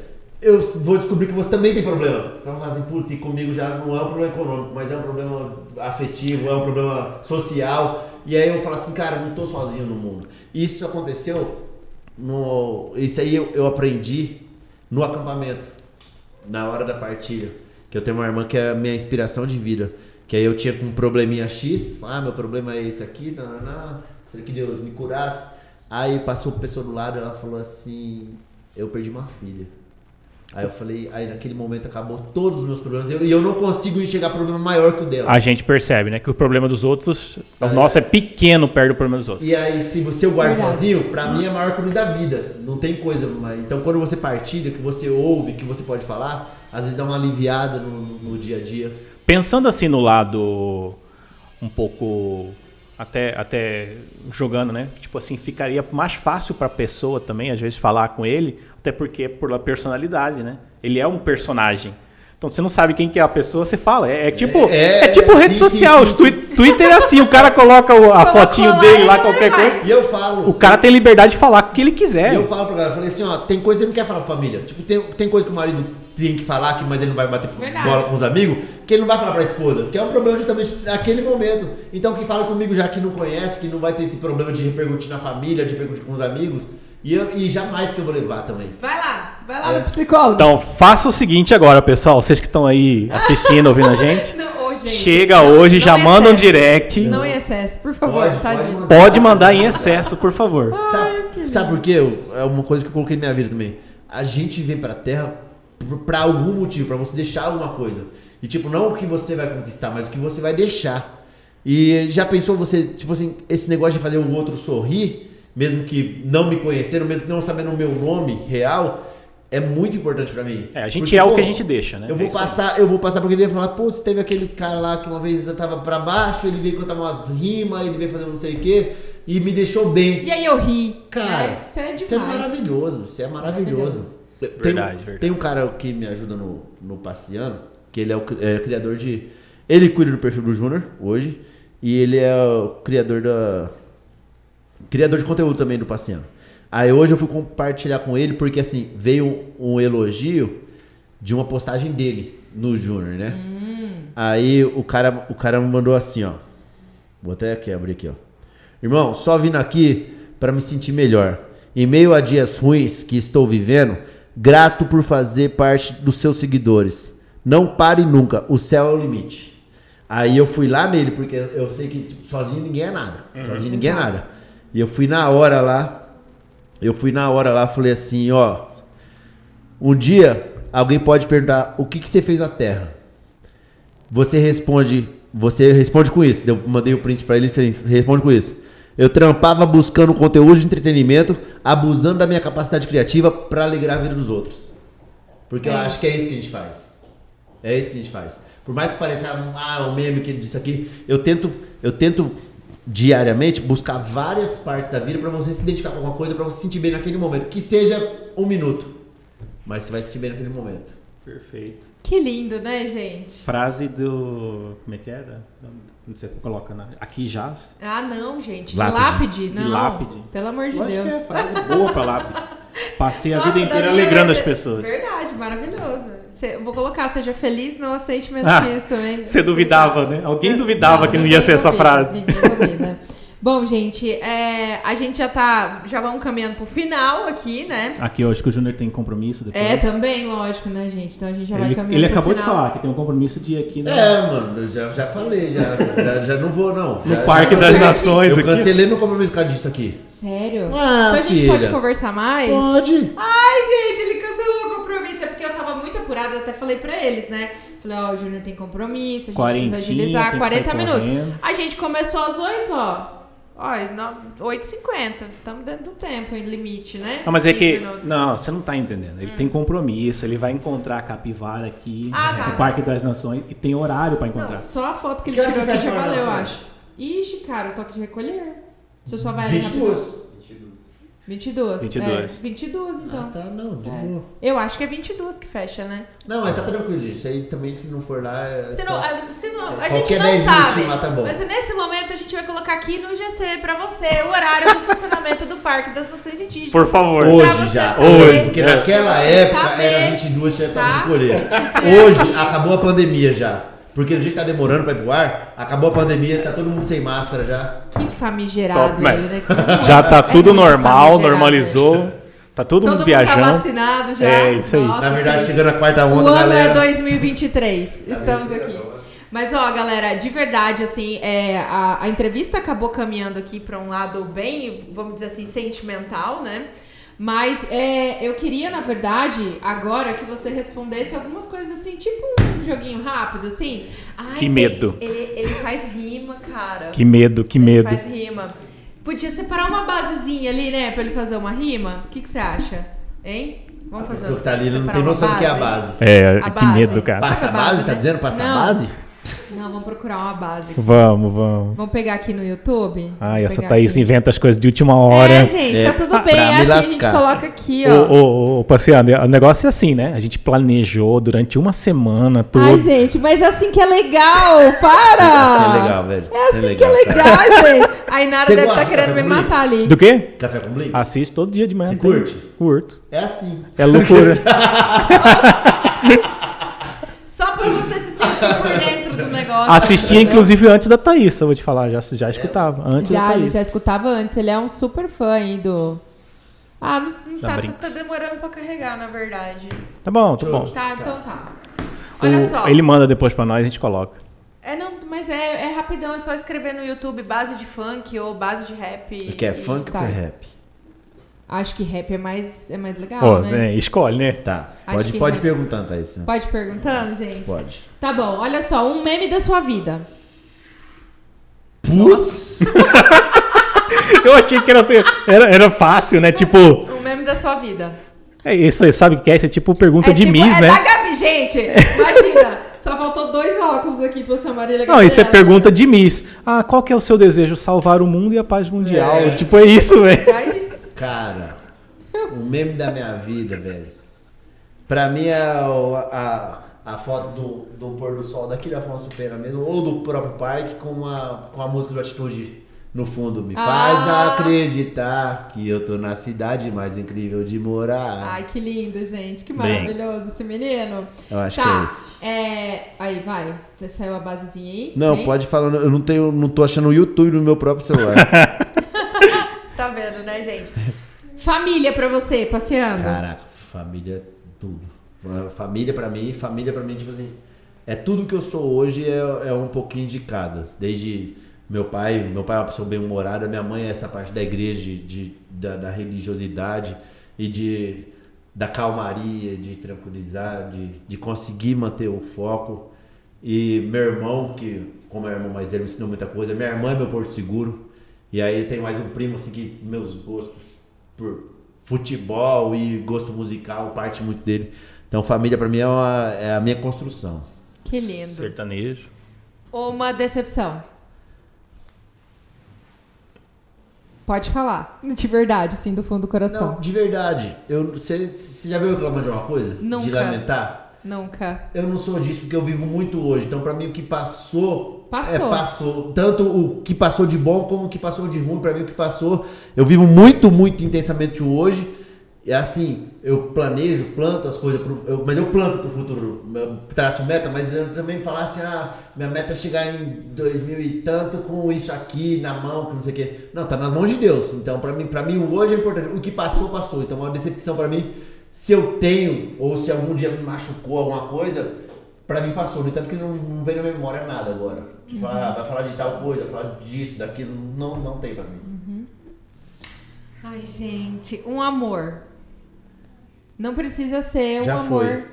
Speaker 3: eu vou descobrir que você também tem problema. Você vai falar assim, putz, e comigo já não é um problema econômico, mas é um problema afetivo, é um problema social. E aí eu falo assim, cara, eu não tô sozinho no mundo. E isso aconteceu, no... isso aí eu, eu aprendi no acampamento na hora da partilha. Que eu tenho uma irmã que é a minha inspiração de vida. Que aí eu tinha com um probleminha X, ah, meu problema é esse aqui, não, não, não, será que Deus me curasse? Aí passou uma pessoa do lado, ela falou assim, eu perdi uma filha. Aí eu falei, aí naquele momento acabou todos os meus problemas, eu- e eu não consigo enxergar problema maior que o dela.
Speaker 2: A gente percebe, né? Que o problema dos outros, o nosso é pequeno perto do problema dos outros.
Speaker 3: E aí, se você eu guardo
Speaker 4: Verdade.
Speaker 3: sozinho, pra mim é a maior cruz da vida. Não tem coisa, mas então quando você partilha, que você ouve, que você pode falar, às vezes dá uma aliviada no- no- no dia a dia.
Speaker 2: Pensando assim no lado um pouco até até jogando, né? Tipo assim, ficaria mais fácil pra pessoa também às vezes falar com ele, até porque é pela personalidade, né? Ele é um personagem. Então você não sabe quem que é a pessoa, você fala. É, é tipo
Speaker 3: É,
Speaker 2: é,
Speaker 3: é,
Speaker 2: tipo
Speaker 3: sim,
Speaker 2: rede
Speaker 3: sim,
Speaker 2: social, os
Speaker 3: sim,
Speaker 2: twi- Twitter é assim, o cara coloca o- a
Speaker 1: Colocou
Speaker 2: fotinho
Speaker 1: lá
Speaker 2: dele lá
Speaker 1: e
Speaker 2: qualquer
Speaker 1: né, vai.
Speaker 2: coisa.
Speaker 3: E eu falo.
Speaker 2: O cara é um. tem liberdade de falar o que ele quiser.
Speaker 3: E eu falo pra galera, eu falei assim, ó, tem coisa que você não quer falar pra família. Tipo, tem, tem coisa que o marido tem que falar, que mas ele não vai bater
Speaker 1: Verdade.
Speaker 3: bola com os amigos, que ele não vai falar pra esposa, que é um problema justamente naquele momento. Então quem fala comigo já que não conhece, que não vai ter esse problema de repercutir na família, de repercutir com os amigos, e, eu- e jamais que eu vou levar também.
Speaker 1: Vai lá, vai lá
Speaker 3: É.
Speaker 1: no psicólogo.
Speaker 2: Então faça o seguinte agora, pessoal, vocês que estão aí assistindo, ouvindo a gente.
Speaker 1: Não, ô, gente,
Speaker 2: Tá. Chega
Speaker 1: não-
Speaker 2: hoje,
Speaker 1: não
Speaker 2: já
Speaker 1: em
Speaker 2: manda um
Speaker 1: excesso.
Speaker 2: direct.
Speaker 1: Não é em excesso, por favor, tá tadinho.
Speaker 2: Pode mandar em excesso, por favor.
Speaker 3: Sabe, sabe por quê? Eu- É uma coisa que eu coloquei na minha vida também. A gente vem pra Terra por- pra algum motivo, pra você deixar alguma coisa. E tipo, não o que você vai conquistar, mas o que você vai deixar. E já pensou você, tipo assim, esse negócio de fazer o outro sorrir, mesmo que não me conheceram, mesmo que não sabendo o meu nome real, é muito importante pra mim.
Speaker 2: É, a gente
Speaker 3: Porque,
Speaker 2: é o
Speaker 3: pô,
Speaker 2: que a gente deixa, né?
Speaker 3: eu vou
Speaker 2: É isso aí.
Speaker 3: passar, eu vou passar porque ele ia falar, putz, teve aquele cara lá que uma vez eu tava pra baixo, ele veio cantar umas rimas, ele veio fazer um não sei o quê, e me deixou bem.
Speaker 1: E aí eu ri.
Speaker 3: Cara,
Speaker 1: É, isso é
Speaker 3: isso é
Speaker 1: demais.
Speaker 3: maravilhoso, isso é maravilhoso.
Speaker 1: Maravilhoso.
Speaker 3: Tem, um-
Speaker 2: Verdade, verdade.
Speaker 3: tem um cara que me ajuda no, no Passeando, que ele é o cri- é criador de. Ele cuida do perfil do Júnior hoje. E ele é o criador da. Criador de conteúdo também do Passeando. Aí hoje eu fui compartilhar com ele, porque assim, veio um elogio de uma postagem dele no Júnior, né?
Speaker 1: Hum.
Speaker 3: Aí o cara, o cara me mandou assim, ó. Vou até aqui abrir aqui, ó. Irmão, só vindo aqui pra me sentir melhor. Em meio a dias ruins que estou vivendo, Grato por fazer parte dos seus seguidores. Não pare nunca, o céu é o limite. Aí eu fui lá nele, porque eu sei que tipo, sozinho ninguém é nada. Sozinho ninguém é nada. E eu fui na hora lá, eu fui na hora lá, falei assim, ó. Um dia, alguém pode perguntar, o que, que você fez na Terra? Você responde, você responde com isso. Eu mandei o print pra ele, você responde com isso. Eu trampava buscando conteúdo de entretenimento, abusando da minha capacidade criativa pra alegrar a vida dos outros. Porque eu
Speaker 1: É
Speaker 3: acho que é isso que a gente faz. É isso que a gente faz. Por mais que pareça ah, um meme que disso aqui, eu tento, eu tento diariamente buscar várias partes da vida pra você se identificar com alguma coisa, pra você se sentir bem naquele momento, que seja um minuto, mas você vai se sentir bem naquele momento.
Speaker 2: Perfeito.
Speaker 1: Que lindo, né, gente?
Speaker 2: Frase do. Como é que era? Onde você coloca na. Aqui já.
Speaker 1: Ah, não, gente.
Speaker 3: Lápide.
Speaker 1: Lápide,
Speaker 2: De
Speaker 1: não.
Speaker 2: lápide.
Speaker 1: Pelo amor de
Speaker 2: Eu acho que é
Speaker 1: Deus.
Speaker 2: frase boa pra lápide. Passei a vida
Speaker 1: da
Speaker 2: inteira
Speaker 1: minha
Speaker 2: alegrando
Speaker 1: vai
Speaker 2: as
Speaker 1: ser-
Speaker 2: pessoas.
Speaker 1: Verdade, maravilhoso. Cê- eu vou colocar, seja feliz, não aceite menos
Speaker 2: Ah,
Speaker 1: que isso também.
Speaker 2: Você duvidava, né? Alguém duvidava que não ia
Speaker 1: Ninguém
Speaker 2: ser essa
Speaker 1: duvida,
Speaker 2: frase.
Speaker 1: ninguém duvida. Bom, gente, é, a gente já tá. Já vamos caminhando pro final aqui, né?
Speaker 2: Aqui, eu acho que o Júnior tem compromisso depois.
Speaker 1: É, também, lógico, né, gente? Então a gente já vai
Speaker 2: Ele,
Speaker 1: caminhando
Speaker 2: ele
Speaker 1: pro
Speaker 2: acabou de
Speaker 1: final.
Speaker 2: falar que tem um compromisso de ir aqui na.
Speaker 3: É, mano, eu já, já falei, já, já, já não vou, não.
Speaker 2: No
Speaker 3: Já-
Speaker 2: Parque
Speaker 3: já
Speaker 2: das
Speaker 3: cancelei.
Speaker 2: Nações
Speaker 3: Eu
Speaker 2: aqui.
Speaker 3: cancelei meu compromisso por causa disso aqui.
Speaker 1: Sério? então
Speaker 3: Ah,
Speaker 1: a gente
Speaker 3: filha.
Speaker 1: pode conversar mais?
Speaker 3: Pode.
Speaker 1: Ai, gente, ele cancelou o compromisso. É porque eu tava muito apurada, eu até falei pra eles, né? Falei, ó, o Júnior tem compromisso, a gente
Speaker 2: Quarentinha,
Speaker 1: precisa agilizar.
Speaker 2: tem que
Speaker 1: 40
Speaker 2: sair
Speaker 1: minutos.
Speaker 2: correndo.
Speaker 1: A gente começou às 8, ó. Ó, 8h50. Estamos dentro do tempo, em limite, né?
Speaker 2: Não, mas é
Speaker 1: 15
Speaker 2: que.
Speaker 1: minutos.
Speaker 2: Não, você não tá entendendo. Ele tem compromisso, ele vai encontrar a capivara aqui
Speaker 1: Ah, tá.
Speaker 2: no Parque das Nações e tem horário pra
Speaker 1: Não,
Speaker 2: encontrar.
Speaker 1: só a foto que ele
Speaker 3: Que hora
Speaker 1: tirou
Speaker 3: que
Speaker 1: aqui já
Speaker 3: fecha a hora
Speaker 1: valeu, eu
Speaker 3: da
Speaker 1: acho. Ixi, cara, o toque de recolher. Você só vai ali
Speaker 3: 20
Speaker 1: rapidão.
Speaker 3: minutos.
Speaker 1: 22.
Speaker 2: 22.
Speaker 1: É, 22, então.
Speaker 3: Ah, tá, não, de
Speaker 1: É.
Speaker 3: boa.
Speaker 1: Eu acho que é 22 que fecha, né?
Speaker 3: Não, mas tá tranquilo, gente. Isso aí também, se não for lá. É
Speaker 1: Se
Speaker 3: só-
Speaker 1: não, a, se não- a gente
Speaker 3: Qualquer
Speaker 1: não
Speaker 3: 10
Speaker 1: sabe.
Speaker 3: minutinho lá tá bom.
Speaker 1: Mas nesse momento a gente vai colocar aqui no GC pra você o horário do funcionamento do Parque das Nações Indígenas.
Speaker 2: Por favor.
Speaker 1: Pra
Speaker 3: Hoje
Speaker 1: você
Speaker 3: já.
Speaker 1: saber.
Speaker 3: Hoje. Porque
Speaker 1: Pra
Speaker 3: naquela
Speaker 1: você
Speaker 3: época
Speaker 1: saber.
Speaker 3: era 22, tinha
Speaker 1: tá?
Speaker 3: tá? de colher.
Speaker 1: Isso é
Speaker 3: Hoje
Speaker 1: aqui.
Speaker 3: acabou a pandemia já. Porque do jeito que tá demorando pra ir pro ar, acabou a pandemia, tá todo mundo sem máscara já.
Speaker 1: Que famigerado
Speaker 2: Top,
Speaker 1: ele, né? Que não é-
Speaker 2: Já tá
Speaker 1: é muito
Speaker 2: tudo normal,
Speaker 1: famigerado.
Speaker 2: normalizou. Tá
Speaker 1: Todo
Speaker 2: todo, mundo
Speaker 1: mundo tá
Speaker 2: viajando.
Speaker 1: vacinado já.
Speaker 2: É, isso aí.
Speaker 1: Nossa,
Speaker 3: Na verdade,
Speaker 1: que-
Speaker 3: chegando a quarta
Speaker 1: O
Speaker 3: onda,
Speaker 1: ano
Speaker 3: um galera.
Speaker 1: é 2023. Estamos aqui. Mas, ó, galera, de verdade, assim, é, a, a entrevista acabou caminhando aqui para um lado bem, vamos dizer assim, sentimental, né? Mas é, eu queria, na verdade, agora que você respondesse algumas coisas assim, tipo um joguinho rápido, assim. Ai,
Speaker 2: Que
Speaker 1: tem-
Speaker 2: medo.
Speaker 1: Ele, ele faz rima, cara.
Speaker 2: Que medo, que
Speaker 1: Ele
Speaker 2: medo.
Speaker 1: faz assim. rima. Podia separar uma basezinha ali, né, pra ele fazer uma rima? O que que você acha? Hein? Vamos
Speaker 3: A
Speaker 1: fazer
Speaker 3: pessoa que tá ali não
Speaker 1: separar
Speaker 3: tem
Speaker 1: uma
Speaker 3: noção do que é a base.
Speaker 2: É,
Speaker 1: A
Speaker 2: que
Speaker 1: base.
Speaker 2: medo, cara.
Speaker 1: Saca
Speaker 3: Pasta
Speaker 1: a base,
Speaker 3: base, tá
Speaker 1: né?
Speaker 3: dizendo? Pasta
Speaker 1: Não.
Speaker 3: base?
Speaker 1: Não, vamos procurar uma base.
Speaker 2: Vamos, vamos.
Speaker 1: Vamos pegar aqui no YouTube.
Speaker 2: Ai,
Speaker 1: Vamos
Speaker 2: essa
Speaker 1: pegar
Speaker 2: Thaís
Speaker 1: aqui.
Speaker 2: inventa as coisas de última
Speaker 1: É,
Speaker 2: hora.
Speaker 1: gente, tá tudo
Speaker 2: Ah,
Speaker 1: bem.
Speaker 3: pra
Speaker 1: É
Speaker 3: me
Speaker 1: assim, a gente
Speaker 3: lascar.
Speaker 1: coloca aqui,
Speaker 2: Ô,
Speaker 1: ó.
Speaker 2: ô, ô, passeando, o negócio é assim, né? A gente planejou durante uma semana
Speaker 4: Ai,
Speaker 2: toda.
Speaker 4: gente, mas é assim que é legal, para!
Speaker 1: Ah,
Speaker 3: Isso é legal, velho.
Speaker 4: É assim
Speaker 3: Isso
Speaker 4: que é
Speaker 3: cara.
Speaker 4: legal, gente.
Speaker 1: A Inara
Speaker 3: Você
Speaker 1: deve estar
Speaker 3: gosta
Speaker 1: tá querendo me
Speaker 3: dessa comida?
Speaker 1: matar ali.
Speaker 2: Do quê?
Speaker 3: Café com Blink?
Speaker 2: Assisto todo dia de manhã.
Speaker 3: Você
Speaker 2: tem-
Speaker 3: curte?
Speaker 2: Curto.
Speaker 3: É assim.
Speaker 2: É loucura.
Speaker 1: Só pra você se sentir por dentro do negócio.
Speaker 2: Assistia,
Speaker 1: entendeu?
Speaker 2: inclusive, antes da Thaís, eu vou te falar. Já, já escutava. Antes da
Speaker 1: Já, ele
Speaker 2: Thaís.
Speaker 1: já escutava antes. Ele é um super fã aí do. Ah, não, não
Speaker 2: Da
Speaker 1: tá, tá,
Speaker 2: Brinks.
Speaker 1: tá demorando pra carregar, na verdade.
Speaker 2: Tá bom, tá bom.
Speaker 1: Tá, então tá. Olha
Speaker 2: O-
Speaker 1: só.
Speaker 2: Ele manda depois pra nós, a gente coloca.
Speaker 1: É, não, mas é, é rapidão, é só escrever no YouTube base de funk ou base de rap.
Speaker 3: E que é
Speaker 1: e
Speaker 3: funk ou
Speaker 1: sai.
Speaker 3: que é rap?
Speaker 1: Acho que rap é mais, é mais legal,
Speaker 2: Ó,
Speaker 1: né?
Speaker 2: é, escolhe, né?
Speaker 3: Tá.
Speaker 1: Acho
Speaker 3: Pode,
Speaker 1: que
Speaker 3: pode
Speaker 1: rap.
Speaker 3: perguntar, Thaís.
Speaker 1: Pode ir perguntando, gente?
Speaker 3: Pode.
Speaker 1: Tá bom, olha só, um meme da sua vida.
Speaker 3: Putz!
Speaker 2: Eu achei que era assim. Era, era fácil, né? Tipo,
Speaker 1: Um meme da sua vida.
Speaker 2: é isso aí, sabe o que é? Isso é tipo pergunta
Speaker 1: é
Speaker 2: de
Speaker 1: tipo,
Speaker 2: Miss,
Speaker 1: é
Speaker 2: né?
Speaker 1: da Gabi, gente! Imagina! só faltou dois óculos aqui pra essa Marília
Speaker 2: Não, isso é
Speaker 1: Gabriela.
Speaker 2: pergunta de Miss. Ah, qual que é o seu desejo? Salvar o mundo e a paz mundial.
Speaker 3: É.
Speaker 2: Tipo, é isso, velho.
Speaker 1: Aí,
Speaker 3: Cara, o meme da minha vida, velho. Pra mim é o- a, a foto do, do pôr do sol daqui da Afonso Pena mesmo, ou do próprio parque com a, com a música do Atitude no fundo. Me faz
Speaker 1: Ah.
Speaker 3: acreditar que eu tô na cidade mais incrível de morar.
Speaker 1: Ai, que lindo, gente. Que
Speaker 2: Bem.
Speaker 1: maravilhoso esse menino.
Speaker 3: Eu acho que é
Speaker 1: tá.
Speaker 3: esse.
Speaker 1: é- Aí, vai. Você saiu a basezinha aí?
Speaker 3: Não,
Speaker 1: Tem?
Speaker 3: pode falar, eu não, tenho, não tô achando o YouTube no meu próprio celular.
Speaker 1: Tá vendo, né, gente? Família pra você, passeando.
Speaker 3: Caraca, Família, tudo. Fa- Família pra mim, família pra mim, tipo assim. É tudo que eu sou hoje é, é um pouquinho de cada. Desde meu pai, meu pai é uma pessoa bem humorada, minha mãe é essa parte da igreja, de, de- da, da religiosidade e de da calmaria, de tranquilizar, de, de conseguir manter o foco. E meu irmão, que como é irmão mais velho, me ensinou muita coisa. Minha irmã é meu porto seguro. E aí tem mais um primo assim que meus gostos por futebol e gosto musical parte muito dele. Então família pra mim é, uma- é a minha construção.
Speaker 1: Que lindo.
Speaker 2: Sertanejo.
Speaker 1: Uma decepção.
Speaker 4: Pode falar. De verdade, assim, do fundo do coração.
Speaker 3: Não, de verdade. Eu, você, você já veio reclamar de uma coisa? De
Speaker 1: Nunca.
Speaker 3: lamentar?
Speaker 1: Nunca.
Speaker 3: Eu não sou disso porque eu vivo muito hoje. Então, pra mim, o que passou.
Speaker 1: Passou.
Speaker 3: É, passou. Tanto o que passou de bom como o que passou de ruim. Pra mim, o que passou. Eu vivo muito, muito intensamente o hoje. E assim, eu planejo, planto as coisas. Pro, eu- mas eu planto pro futuro. Eu traço meta, mas eu também falar assim: ah, minha meta é chegar em 2000 e tanto com isso aqui na mão, que não sei o quê. Não, tá nas mãos de Deus. Então, pra mim, pra mim, o hoje é importante. O que passou, passou. Então, uma decepção pra mim. Se eu tenho, ou se algum dia me machucou alguma coisa, Pra mim passou, no entanto que não, não vem na memória nada agora. De
Speaker 5: Uhum.
Speaker 3: falar, ah, vai falar de tal coisa, vai falar disso, daquilo, não, não tem pra mim.
Speaker 1: Ai, gente, um amor. Não precisa ser um
Speaker 3: Já
Speaker 1: amor.
Speaker 3: foi.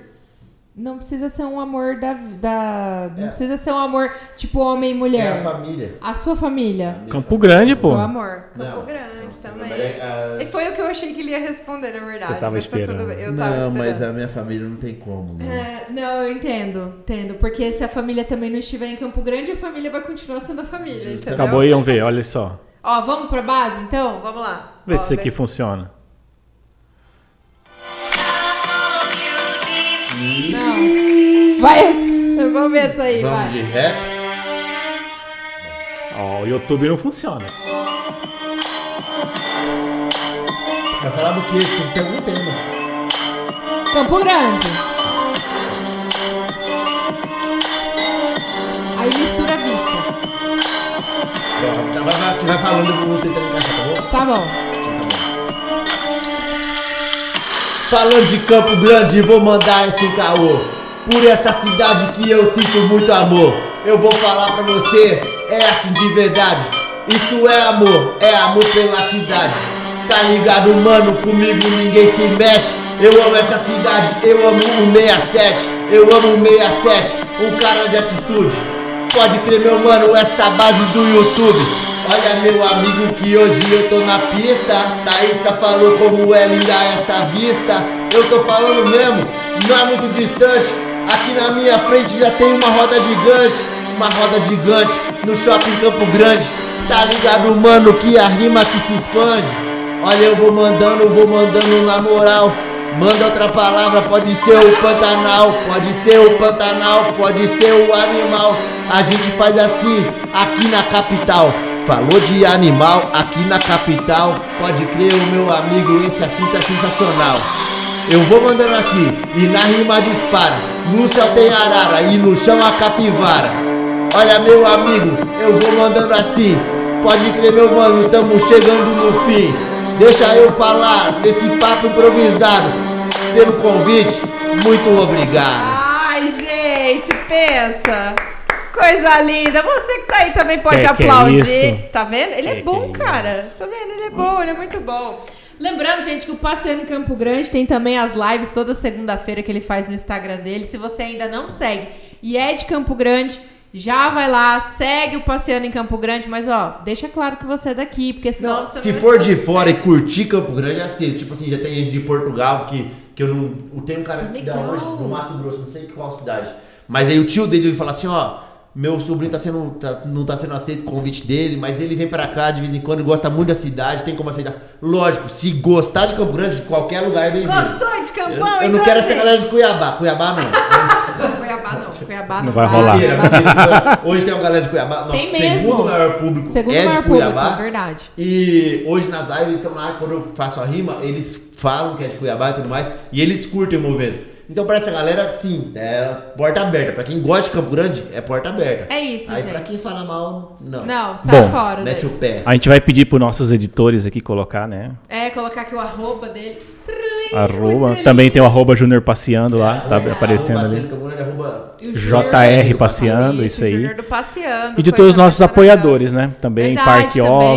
Speaker 1: Não precisa ser um amor da. da não
Speaker 3: É.
Speaker 1: precisa ser um amor tipo homem e
Speaker 3: É a
Speaker 1: mulher.
Speaker 3: família.
Speaker 1: a, sua família.
Speaker 3: Minha
Speaker 2: Campo Grande, pô.
Speaker 1: Seu amor.
Speaker 3: Não.
Speaker 5: Campo Grande também.
Speaker 3: Mas é, ah,
Speaker 5: E foi o que eu achei que ele ia responder, na verdade.
Speaker 2: Você tava
Speaker 5: mas tá tudo
Speaker 2: esperando.
Speaker 5: bem, Eu tava
Speaker 3: Não,
Speaker 5: esperando.
Speaker 3: mas a minha família não tem como. Não.
Speaker 1: É, não, eu entendo, entendo. Porque se a família também não estiver em Campo Grande, a família vai continuar sendo a família,
Speaker 3: Justo.
Speaker 1: entendeu?
Speaker 2: Acabou aí, vamos ver, olha só.
Speaker 1: Ó, vamos pra base então? Vamos lá.
Speaker 2: Vê
Speaker 1: Ó,
Speaker 2: se isso aqui funciona.
Speaker 1: Não,
Speaker 4: Vai essa.
Speaker 1: vamos ver isso
Speaker 5: É,
Speaker 1: aí,
Speaker 3: Vamos
Speaker 1: vai.
Speaker 3: de rap.
Speaker 2: Ó, o YouTube não funciona.
Speaker 3: Vai falar do quê? Tinha que ter algum tema.
Speaker 4: Campo Grande.
Speaker 1: Aí mistura a vista.
Speaker 3: Tá, Vai, vai, você vai falando, eu vou tentando encaixar, tá bom?
Speaker 1: Tá bom.
Speaker 3: Falando de Campo Grande, vou mandar esse caô. Por essa cidade que eu sinto muito amor. Eu vou falar pra você, é assim de verdade. Isso é amor, é amor pela cidade. Tá ligado, mano? Comigo ninguém se mete. Eu amo essa cidade, eu amo o 67. Eu amo o 67, um cara de atitude. Pode crer, meu mano, essa base do YouTube. Olha, meu amigo, que hoje eu tô na pista. Thaísa falou como é linda essa vista. Eu tô falando mesmo, não é muito distante. Aqui na minha frente já tem uma roda gigante. Uma roda gigante no shopping Campo Grande. Tá ligado, mano, que a rima que se expande. Olha, eu vou mandando, vou mandando na moral. Manda outra palavra, pode ser o Pantanal, pode ser o Pantanal, pode ser o animal. A gente faz assim aqui na capital. Falou de animal aqui na capital. Pode crer, o meu amigo, esse assunto é sensacional. Eu vou mandando aqui e na rima dispara. No céu tem arara e no chão a capivara. Olha meu amigo, eu vou mandando assim. Pode crer meu mano, tamo chegando no fim. Deixa eu falar desse papo improvisado. Pelo convite, muito obrigado.
Speaker 5: Ai, gente, pensa. Coisa linda. Você que tá aí também pode
Speaker 2: Que que é
Speaker 5: aplaudir.
Speaker 2: isso?
Speaker 5: tá vendo? Ele é
Speaker 2: Que que
Speaker 5: bom,
Speaker 2: é
Speaker 5: cara.
Speaker 2: isso?
Speaker 5: Tá vendo? Ele é bom, ele é muito bom.
Speaker 1: Lembrando, gente, que o Passeando em Campo Grande tem também as lives toda segunda-feira que ele faz no Instagram dele. Se você ainda não segue e é de Campo Grande, já vai lá, segue o Passeando em Campo Grande, mas ó, deixa claro que você é daqui, porque senão
Speaker 3: Não,
Speaker 1: você
Speaker 3: se
Speaker 1: vai-
Speaker 3: for de fora e curtir Campo Grande, é assim. Tipo assim, já tem gente de Portugal que, que eu não. eu tenho um cara
Speaker 1: Que
Speaker 3: que dá
Speaker 1: legal.
Speaker 3: hoje no Mato Grosso, não sei qual cidade. Mas aí o tio dele veio falar assim: ó, meu sobrinho tá sendo, tá- não tá sendo aceito o convite dele, mas ele vem pra cá de vez em quando e gosta muito da cidade, tem como aceitar. Lógico, se gostar de Campo Grande, de qualquer lugar, vem.
Speaker 5: Gostou de
Speaker 3: Eu,
Speaker 5: campão?
Speaker 3: eu
Speaker 5: então,
Speaker 1: é
Speaker 3: não quero
Speaker 5: assim,
Speaker 3: essa galera de Cuiabá. Cuiabá não.
Speaker 1: Cuiabá não, Cuiabá não,
Speaker 2: Não vai rolar.
Speaker 3: Mentira, mentira. Hoje tem uma galera de Cuiabá. Nosso
Speaker 1: Tem mesmo.
Speaker 3: segundo maior público
Speaker 1: Segundo
Speaker 3: é
Speaker 1: maior
Speaker 3: de
Speaker 1: público,
Speaker 3: Cuiabá.
Speaker 1: é verdade.
Speaker 3: E hoje nas lives estão lá, quando eu faço a rima, eles falam que é de Cuiabá e tudo mais, e eles curtem o movimento. Então, pra essa galera, sim, é porta aberta. Pra quem gosta de Campo Grande, é porta aberta.
Speaker 1: É isso,
Speaker 3: Aí,
Speaker 1: gente.
Speaker 3: pra quem fala mal, não.
Speaker 1: Não, sai
Speaker 2: Bom.
Speaker 1: fora. né?
Speaker 3: Mete
Speaker 1: daí.
Speaker 3: o pé.
Speaker 2: A gente vai pedir para nossos editores aqui colocar, né?
Speaker 1: É, colocar aqui o arroba dele. Trilin, com
Speaker 2: Arroba.
Speaker 1: estrelinha.
Speaker 2: Também tem o arroba Júnior passeando lá, tá aparecendo
Speaker 3: arroba
Speaker 2: ali.
Speaker 3: Marcelo Campo Grande, arroba-
Speaker 1: E o Júnior
Speaker 2: JR
Speaker 1: do
Speaker 2: passeando, isso aí.
Speaker 1: Júnior do passeando.
Speaker 2: E de
Speaker 1: foi
Speaker 2: todos os
Speaker 1: também
Speaker 2: nossos
Speaker 1: maravilhoso.
Speaker 2: apoiadores, né? Também
Speaker 1: Verdade,
Speaker 2: Parque
Speaker 1: também.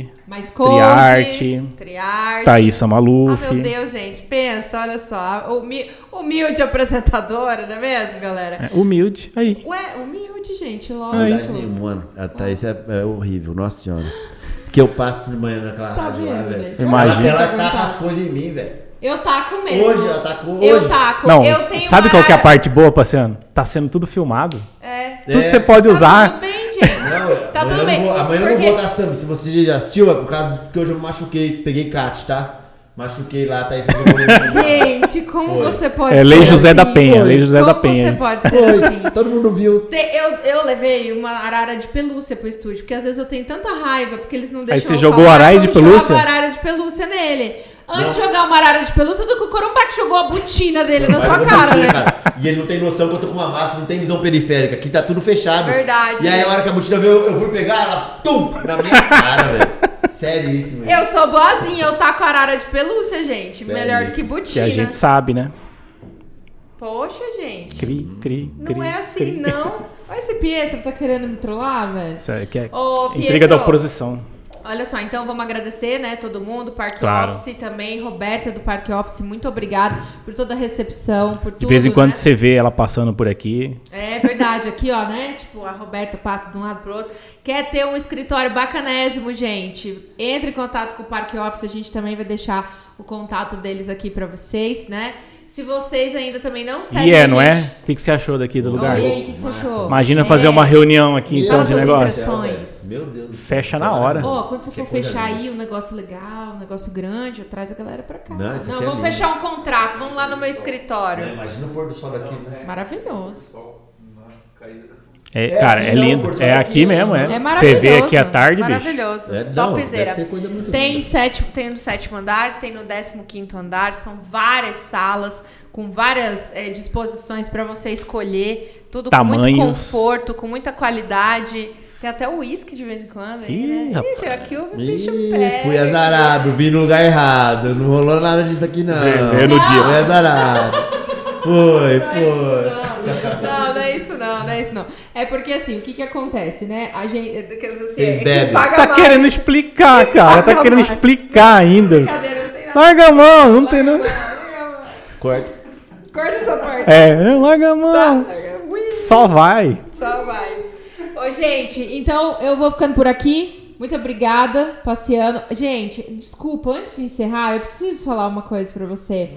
Speaker 2: Office,
Speaker 1: Mais
Speaker 2: Triarte,
Speaker 1: Code, Triarte.
Speaker 2: Thaís
Speaker 1: Ah,
Speaker 2: Samaluf.
Speaker 1: meu Deus, gente. Pensa, olha só. Humi- Humilde apresentadora, não é mesmo, galera?
Speaker 2: É, humilde. Aí.
Speaker 1: Ué, humilde, gente,
Speaker 3: Verdade
Speaker 1: lógico.
Speaker 3: nenhuma, mano. A Thaís é, é horrível, nossa senhora. Que eu passo de manhã naquela
Speaker 4: Tá
Speaker 3: rádio lá,
Speaker 4: vendo,
Speaker 3: velho.
Speaker 4: gente?
Speaker 2: Imagina.
Speaker 3: Ela, ela taca as coisas em mim, velho.
Speaker 1: Eu taco mesmo.
Speaker 3: Hoje, ela tacou hoje.
Speaker 1: Eu taco.
Speaker 2: Não,
Speaker 1: eu tenho
Speaker 2: sabe
Speaker 1: uma
Speaker 2: qual que é a
Speaker 1: área-
Speaker 2: parte boa, passeando? Tá sendo tudo filmado.
Speaker 1: É.
Speaker 2: Tudo
Speaker 3: É.
Speaker 2: que você
Speaker 1: Tá
Speaker 2: pode
Speaker 1: tudo
Speaker 2: usar.
Speaker 1: bem, gente.
Speaker 3: Não,
Speaker 1: Tá
Speaker 3: amanhã
Speaker 1: tudo
Speaker 3: Eu
Speaker 1: bem.
Speaker 3: não vou, amanhã eu não
Speaker 1: Porque-
Speaker 3: vou estar samba. Se você já assistiu, é por causa que hoje eu machuquei, peguei cat, tá? Machuquei lá, Thaís. resolveu me filmar.
Speaker 1: Gente, como
Speaker 3: Foi.
Speaker 1: você pode
Speaker 2: É
Speaker 1: ser
Speaker 2: Lei José
Speaker 1: assim?
Speaker 2: da Penha,
Speaker 3: Foi.
Speaker 2: Lei José
Speaker 1: como
Speaker 2: da Penha.
Speaker 1: você pode ser assim?
Speaker 3: Foi, todo mundo viu.
Speaker 1: Te- Eu, eu levei uma arara de pelúcia pro estúdio, porque às vezes eu tenho tanta raiva, porque eles não deixam.
Speaker 2: você
Speaker 1: eu
Speaker 2: jogou
Speaker 1: falar,
Speaker 2: arara de
Speaker 1: então eu jogava
Speaker 2: pelúcia?
Speaker 1: arara de pelúcia nele. Antes
Speaker 3: Não.
Speaker 1: de jogar uma arara de pelúcia do que o Corumbá que jogou a botina dele na
Speaker 3: Mas
Speaker 1: sua
Speaker 3: eu não
Speaker 1: cara,
Speaker 3: tinha,
Speaker 1: né?
Speaker 3: cara. E ele não tem noção que eu tô com uma máscara, não tem visão periférica. Aqui tá tudo fechado.
Speaker 1: Verdade.
Speaker 3: E aí, a hora que a botina veio, eu, eu fui pegar ela, tum, na minha cara, velho. Seríssimo. velho.
Speaker 1: Eu sou boazinha, eu taco arara de pelúcia, gente. Melhor do que
Speaker 2: Que
Speaker 1: botina.
Speaker 2: a gente sabe, né?
Speaker 1: Poxa, gente.
Speaker 2: Cri, cri, cri.
Speaker 1: Não é assim,
Speaker 2: cri.
Speaker 1: não.
Speaker 4: Olha esse Pietro, tá querendo me trollar, velho?
Speaker 2: Isso é, que é
Speaker 1: Ô,
Speaker 2: intriga da
Speaker 1: Pietro.
Speaker 2: oposição.
Speaker 1: Olha só, então vamos agradecer, né, todo mundo, Parque
Speaker 2: Claro.
Speaker 1: Office também, Roberta do Parque Office, muito obrigado por toda a recepção, por tudo.
Speaker 2: De vez em quando
Speaker 1: né?
Speaker 2: você vê ela passando por aqui.
Speaker 1: É verdade, aqui ó, né? Tipo, a Roberta passa de um lado pro outro. Quer ter um escritório bacanésimo, gente? Entre em contato com o Parque Office, a gente também vai deixar o contato deles aqui pra vocês, né? Se vocês ainda também não seguem
Speaker 2: E
Speaker 1: a
Speaker 2: é, não é?
Speaker 1: gente-
Speaker 2: O que, que você achou daqui do lugar?
Speaker 1: Olha aí, o que, que você achou?
Speaker 2: Imagina fazer uma reunião aqui,
Speaker 3: Meu
Speaker 2: então, de
Speaker 1: Fala suas
Speaker 2: negócio.
Speaker 1: impressões.
Speaker 3: Meu Deus do céu. tá
Speaker 2: Fecha na hora.
Speaker 1: Ó, quando você for
Speaker 3: Que Então, coisa
Speaker 1: fechar
Speaker 3: linda.
Speaker 1: aí um negócio legal, um negócio grande, eu traz a galera pra cá.
Speaker 3: Não, isso aqui é
Speaker 1: vamos
Speaker 3: lindo.
Speaker 1: fechar um contrato, vamos lá no meu
Speaker 3: Não,
Speaker 1: escritório.
Speaker 3: Imagina o pôr do sol daqui, né?
Speaker 1: Maravilhoso.
Speaker 2: É,
Speaker 3: É
Speaker 2: cara,
Speaker 3: assim,
Speaker 2: é
Speaker 3: não,
Speaker 2: lindo.
Speaker 3: por
Speaker 2: É
Speaker 3: favor,
Speaker 2: aqui
Speaker 3: aqui,
Speaker 2: mesmo,
Speaker 3: né?
Speaker 2: é.
Speaker 1: É
Speaker 2: Você
Speaker 1: maravilhoso.
Speaker 2: vê aqui à tarde, bicho.
Speaker 1: Maravilhoso.
Speaker 3: É, não, deve
Speaker 1: Topzera.
Speaker 3: ser coisa muito
Speaker 1: Tem,
Speaker 3: linda.
Speaker 1: sétimo, tem no sétimo andar, tem no décimo quinto andar, são várias salas com várias eh, disposições para você escolher, tudo com muito
Speaker 2: Tamanhos.
Speaker 1: conforto, com muita qualidade. Tem até uísque de vez em quando. aí,
Speaker 2: Ih,
Speaker 1: né?
Speaker 2: rapaz.
Speaker 1: Ih, aqui o bicho
Speaker 3: Ih,
Speaker 1: pega.
Speaker 3: fui azarado, vim no lugar errado. Não rolou nada disso aqui, não.
Speaker 2: Veio no dia.
Speaker 3: Fui azarado. Foi, foi.
Speaker 1: Não, não é isso não, não é isso não.
Speaker 4: É porque assim, o que que acontece, né? A gente.
Speaker 1: Quer dizer, assim,
Speaker 3: Vocês
Speaker 1: é que
Speaker 3: bebem.
Speaker 1: paga
Speaker 2: Tá
Speaker 1: mais.
Speaker 2: querendo explicar, cara. Tá
Speaker 1: paga
Speaker 2: querendo
Speaker 1: mais.
Speaker 2: explicar ainda.
Speaker 1: Brincadeira, não tem nada.
Speaker 2: Larga a mão, não tem né? nada.
Speaker 3: Corta.
Speaker 4: Corta essa parte.
Speaker 2: É, larga
Speaker 1: Tá.
Speaker 2: a mão.
Speaker 1: Ui,
Speaker 2: Só vai.
Speaker 1: Só vai. Ô,
Speaker 4: Gente, então eu vou ficando por aqui. Muito obrigada, passeando. Gente, desculpa, antes de encerrar, eu preciso falar uma coisa pra você.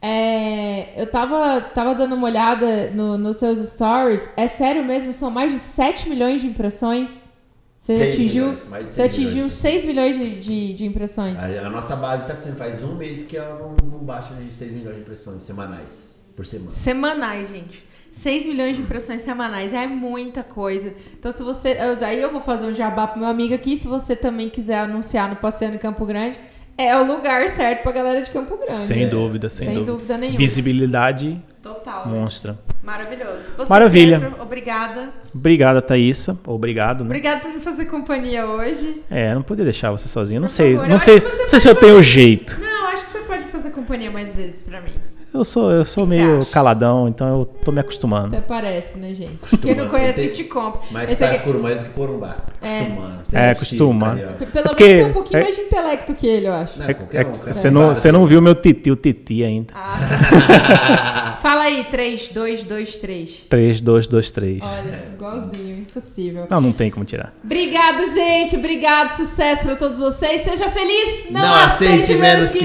Speaker 4: É, eu tava, tava dando uma olhada no- nos seus stories. É sério mesmo, são mais de 7 milhões de impressões. Você
Speaker 3: Seis
Speaker 4: atingiu,
Speaker 3: milhões, mais de
Speaker 4: você
Speaker 3: seis
Speaker 4: atingiu
Speaker 3: milhões.
Speaker 4: 6 milhões de, de- de impressões.
Speaker 3: A, a nossa base tá sendo, faz um mês que ela não, não baixa de 6 milhões de impressões semanais por semana.
Speaker 1: Semanais, gente. 6 milhões de impressões semanais é muita coisa. Então, se você. eu- daí eu vou fazer um jabá pro meu amigo aqui. Se você também quiser anunciar no Passeio em Campo Grande, é o lugar certo pra galera de Campo Grande.
Speaker 2: Sem dúvida, sem,
Speaker 1: É. Sem
Speaker 2: dúvida.
Speaker 1: dúvida nenhuma.
Speaker 2: Visibilidade
Speaker 1: Total.
Speaker 2: monstra.
Speaker 1: Maravilhoso. Você,
Speaker 2: Maravilha.
Speaker 1: Pedro, obrigada.
Speaker 2: Obrigada, Thaísa. Obrigado, né?
Speaker 1: Obrigada por me fazer companhia hoje.
Speaker 2: É, não podia deixar você sozinho. Não
Speaker 1: Por
Speaker 2: sei,
Speaker 1: favor, eu
Speaker 2: não
Speaker 1: acho
Speaker 2: sei,
Speaker 1: que você
Speaker 2: não sei se eu
Speaker 1: pode
Speaker 2: tenho jeito.
Speaker 1: Não, acho que você pode fazer companhia mais vezes pra mim.
Speaker 2: Eu sou, eu sou
Speaker 1: que você
Speaker 2: meio
Speaker 1: acha? Tá.
Speaker 2: caladão, então eu tô me acostumando.
Speaker 4: Até parece, né, gente?
Speaker 1: Quem não
Speaker 3: Acostumando.
Speaker 1: conhece, que
Speaker 3: Tem-
Speaker 1: te compra.
Speaker 3: tá Mais
Speaker 1: Esse
Speaker 2: tá
Speaker 3: faz
Speaker 1: aqui-
Speaker 3: curumãs que corumbá. Acostumando. Tá
Speaker 2: É, acostuma.
Speaker 3: acostuma.
Speaker 4: P- Pelo
Speaker 2: É porque-
Speaker 4: menos tem um pouquinho
Speaker 2: é-
Speaker 4: mais de intelecto que ele, eu acho.
Speaker 2: É- é
Speaker 3: um,
Speaker 2: que
Speaker 3: tá
Speaker 2: Você não, você não viu meu titi, o titi ainda.
Speaker 1: Ah. Fala aí, 3, 2, 2, 3.
Speaker 2: 3, 2, 2, 3.
Speaker 4: Olha, igualzinho, impossível.
Speaker 2: Não, não tem como tirar.
Speaker 1: Obrigado, gente. Obrigado. Sucesso pra todos vocês. Seja feliz. Não,
Speaker 3: Não aceite menos que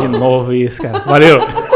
Speaker 2: De novo isso, cara. Valeu!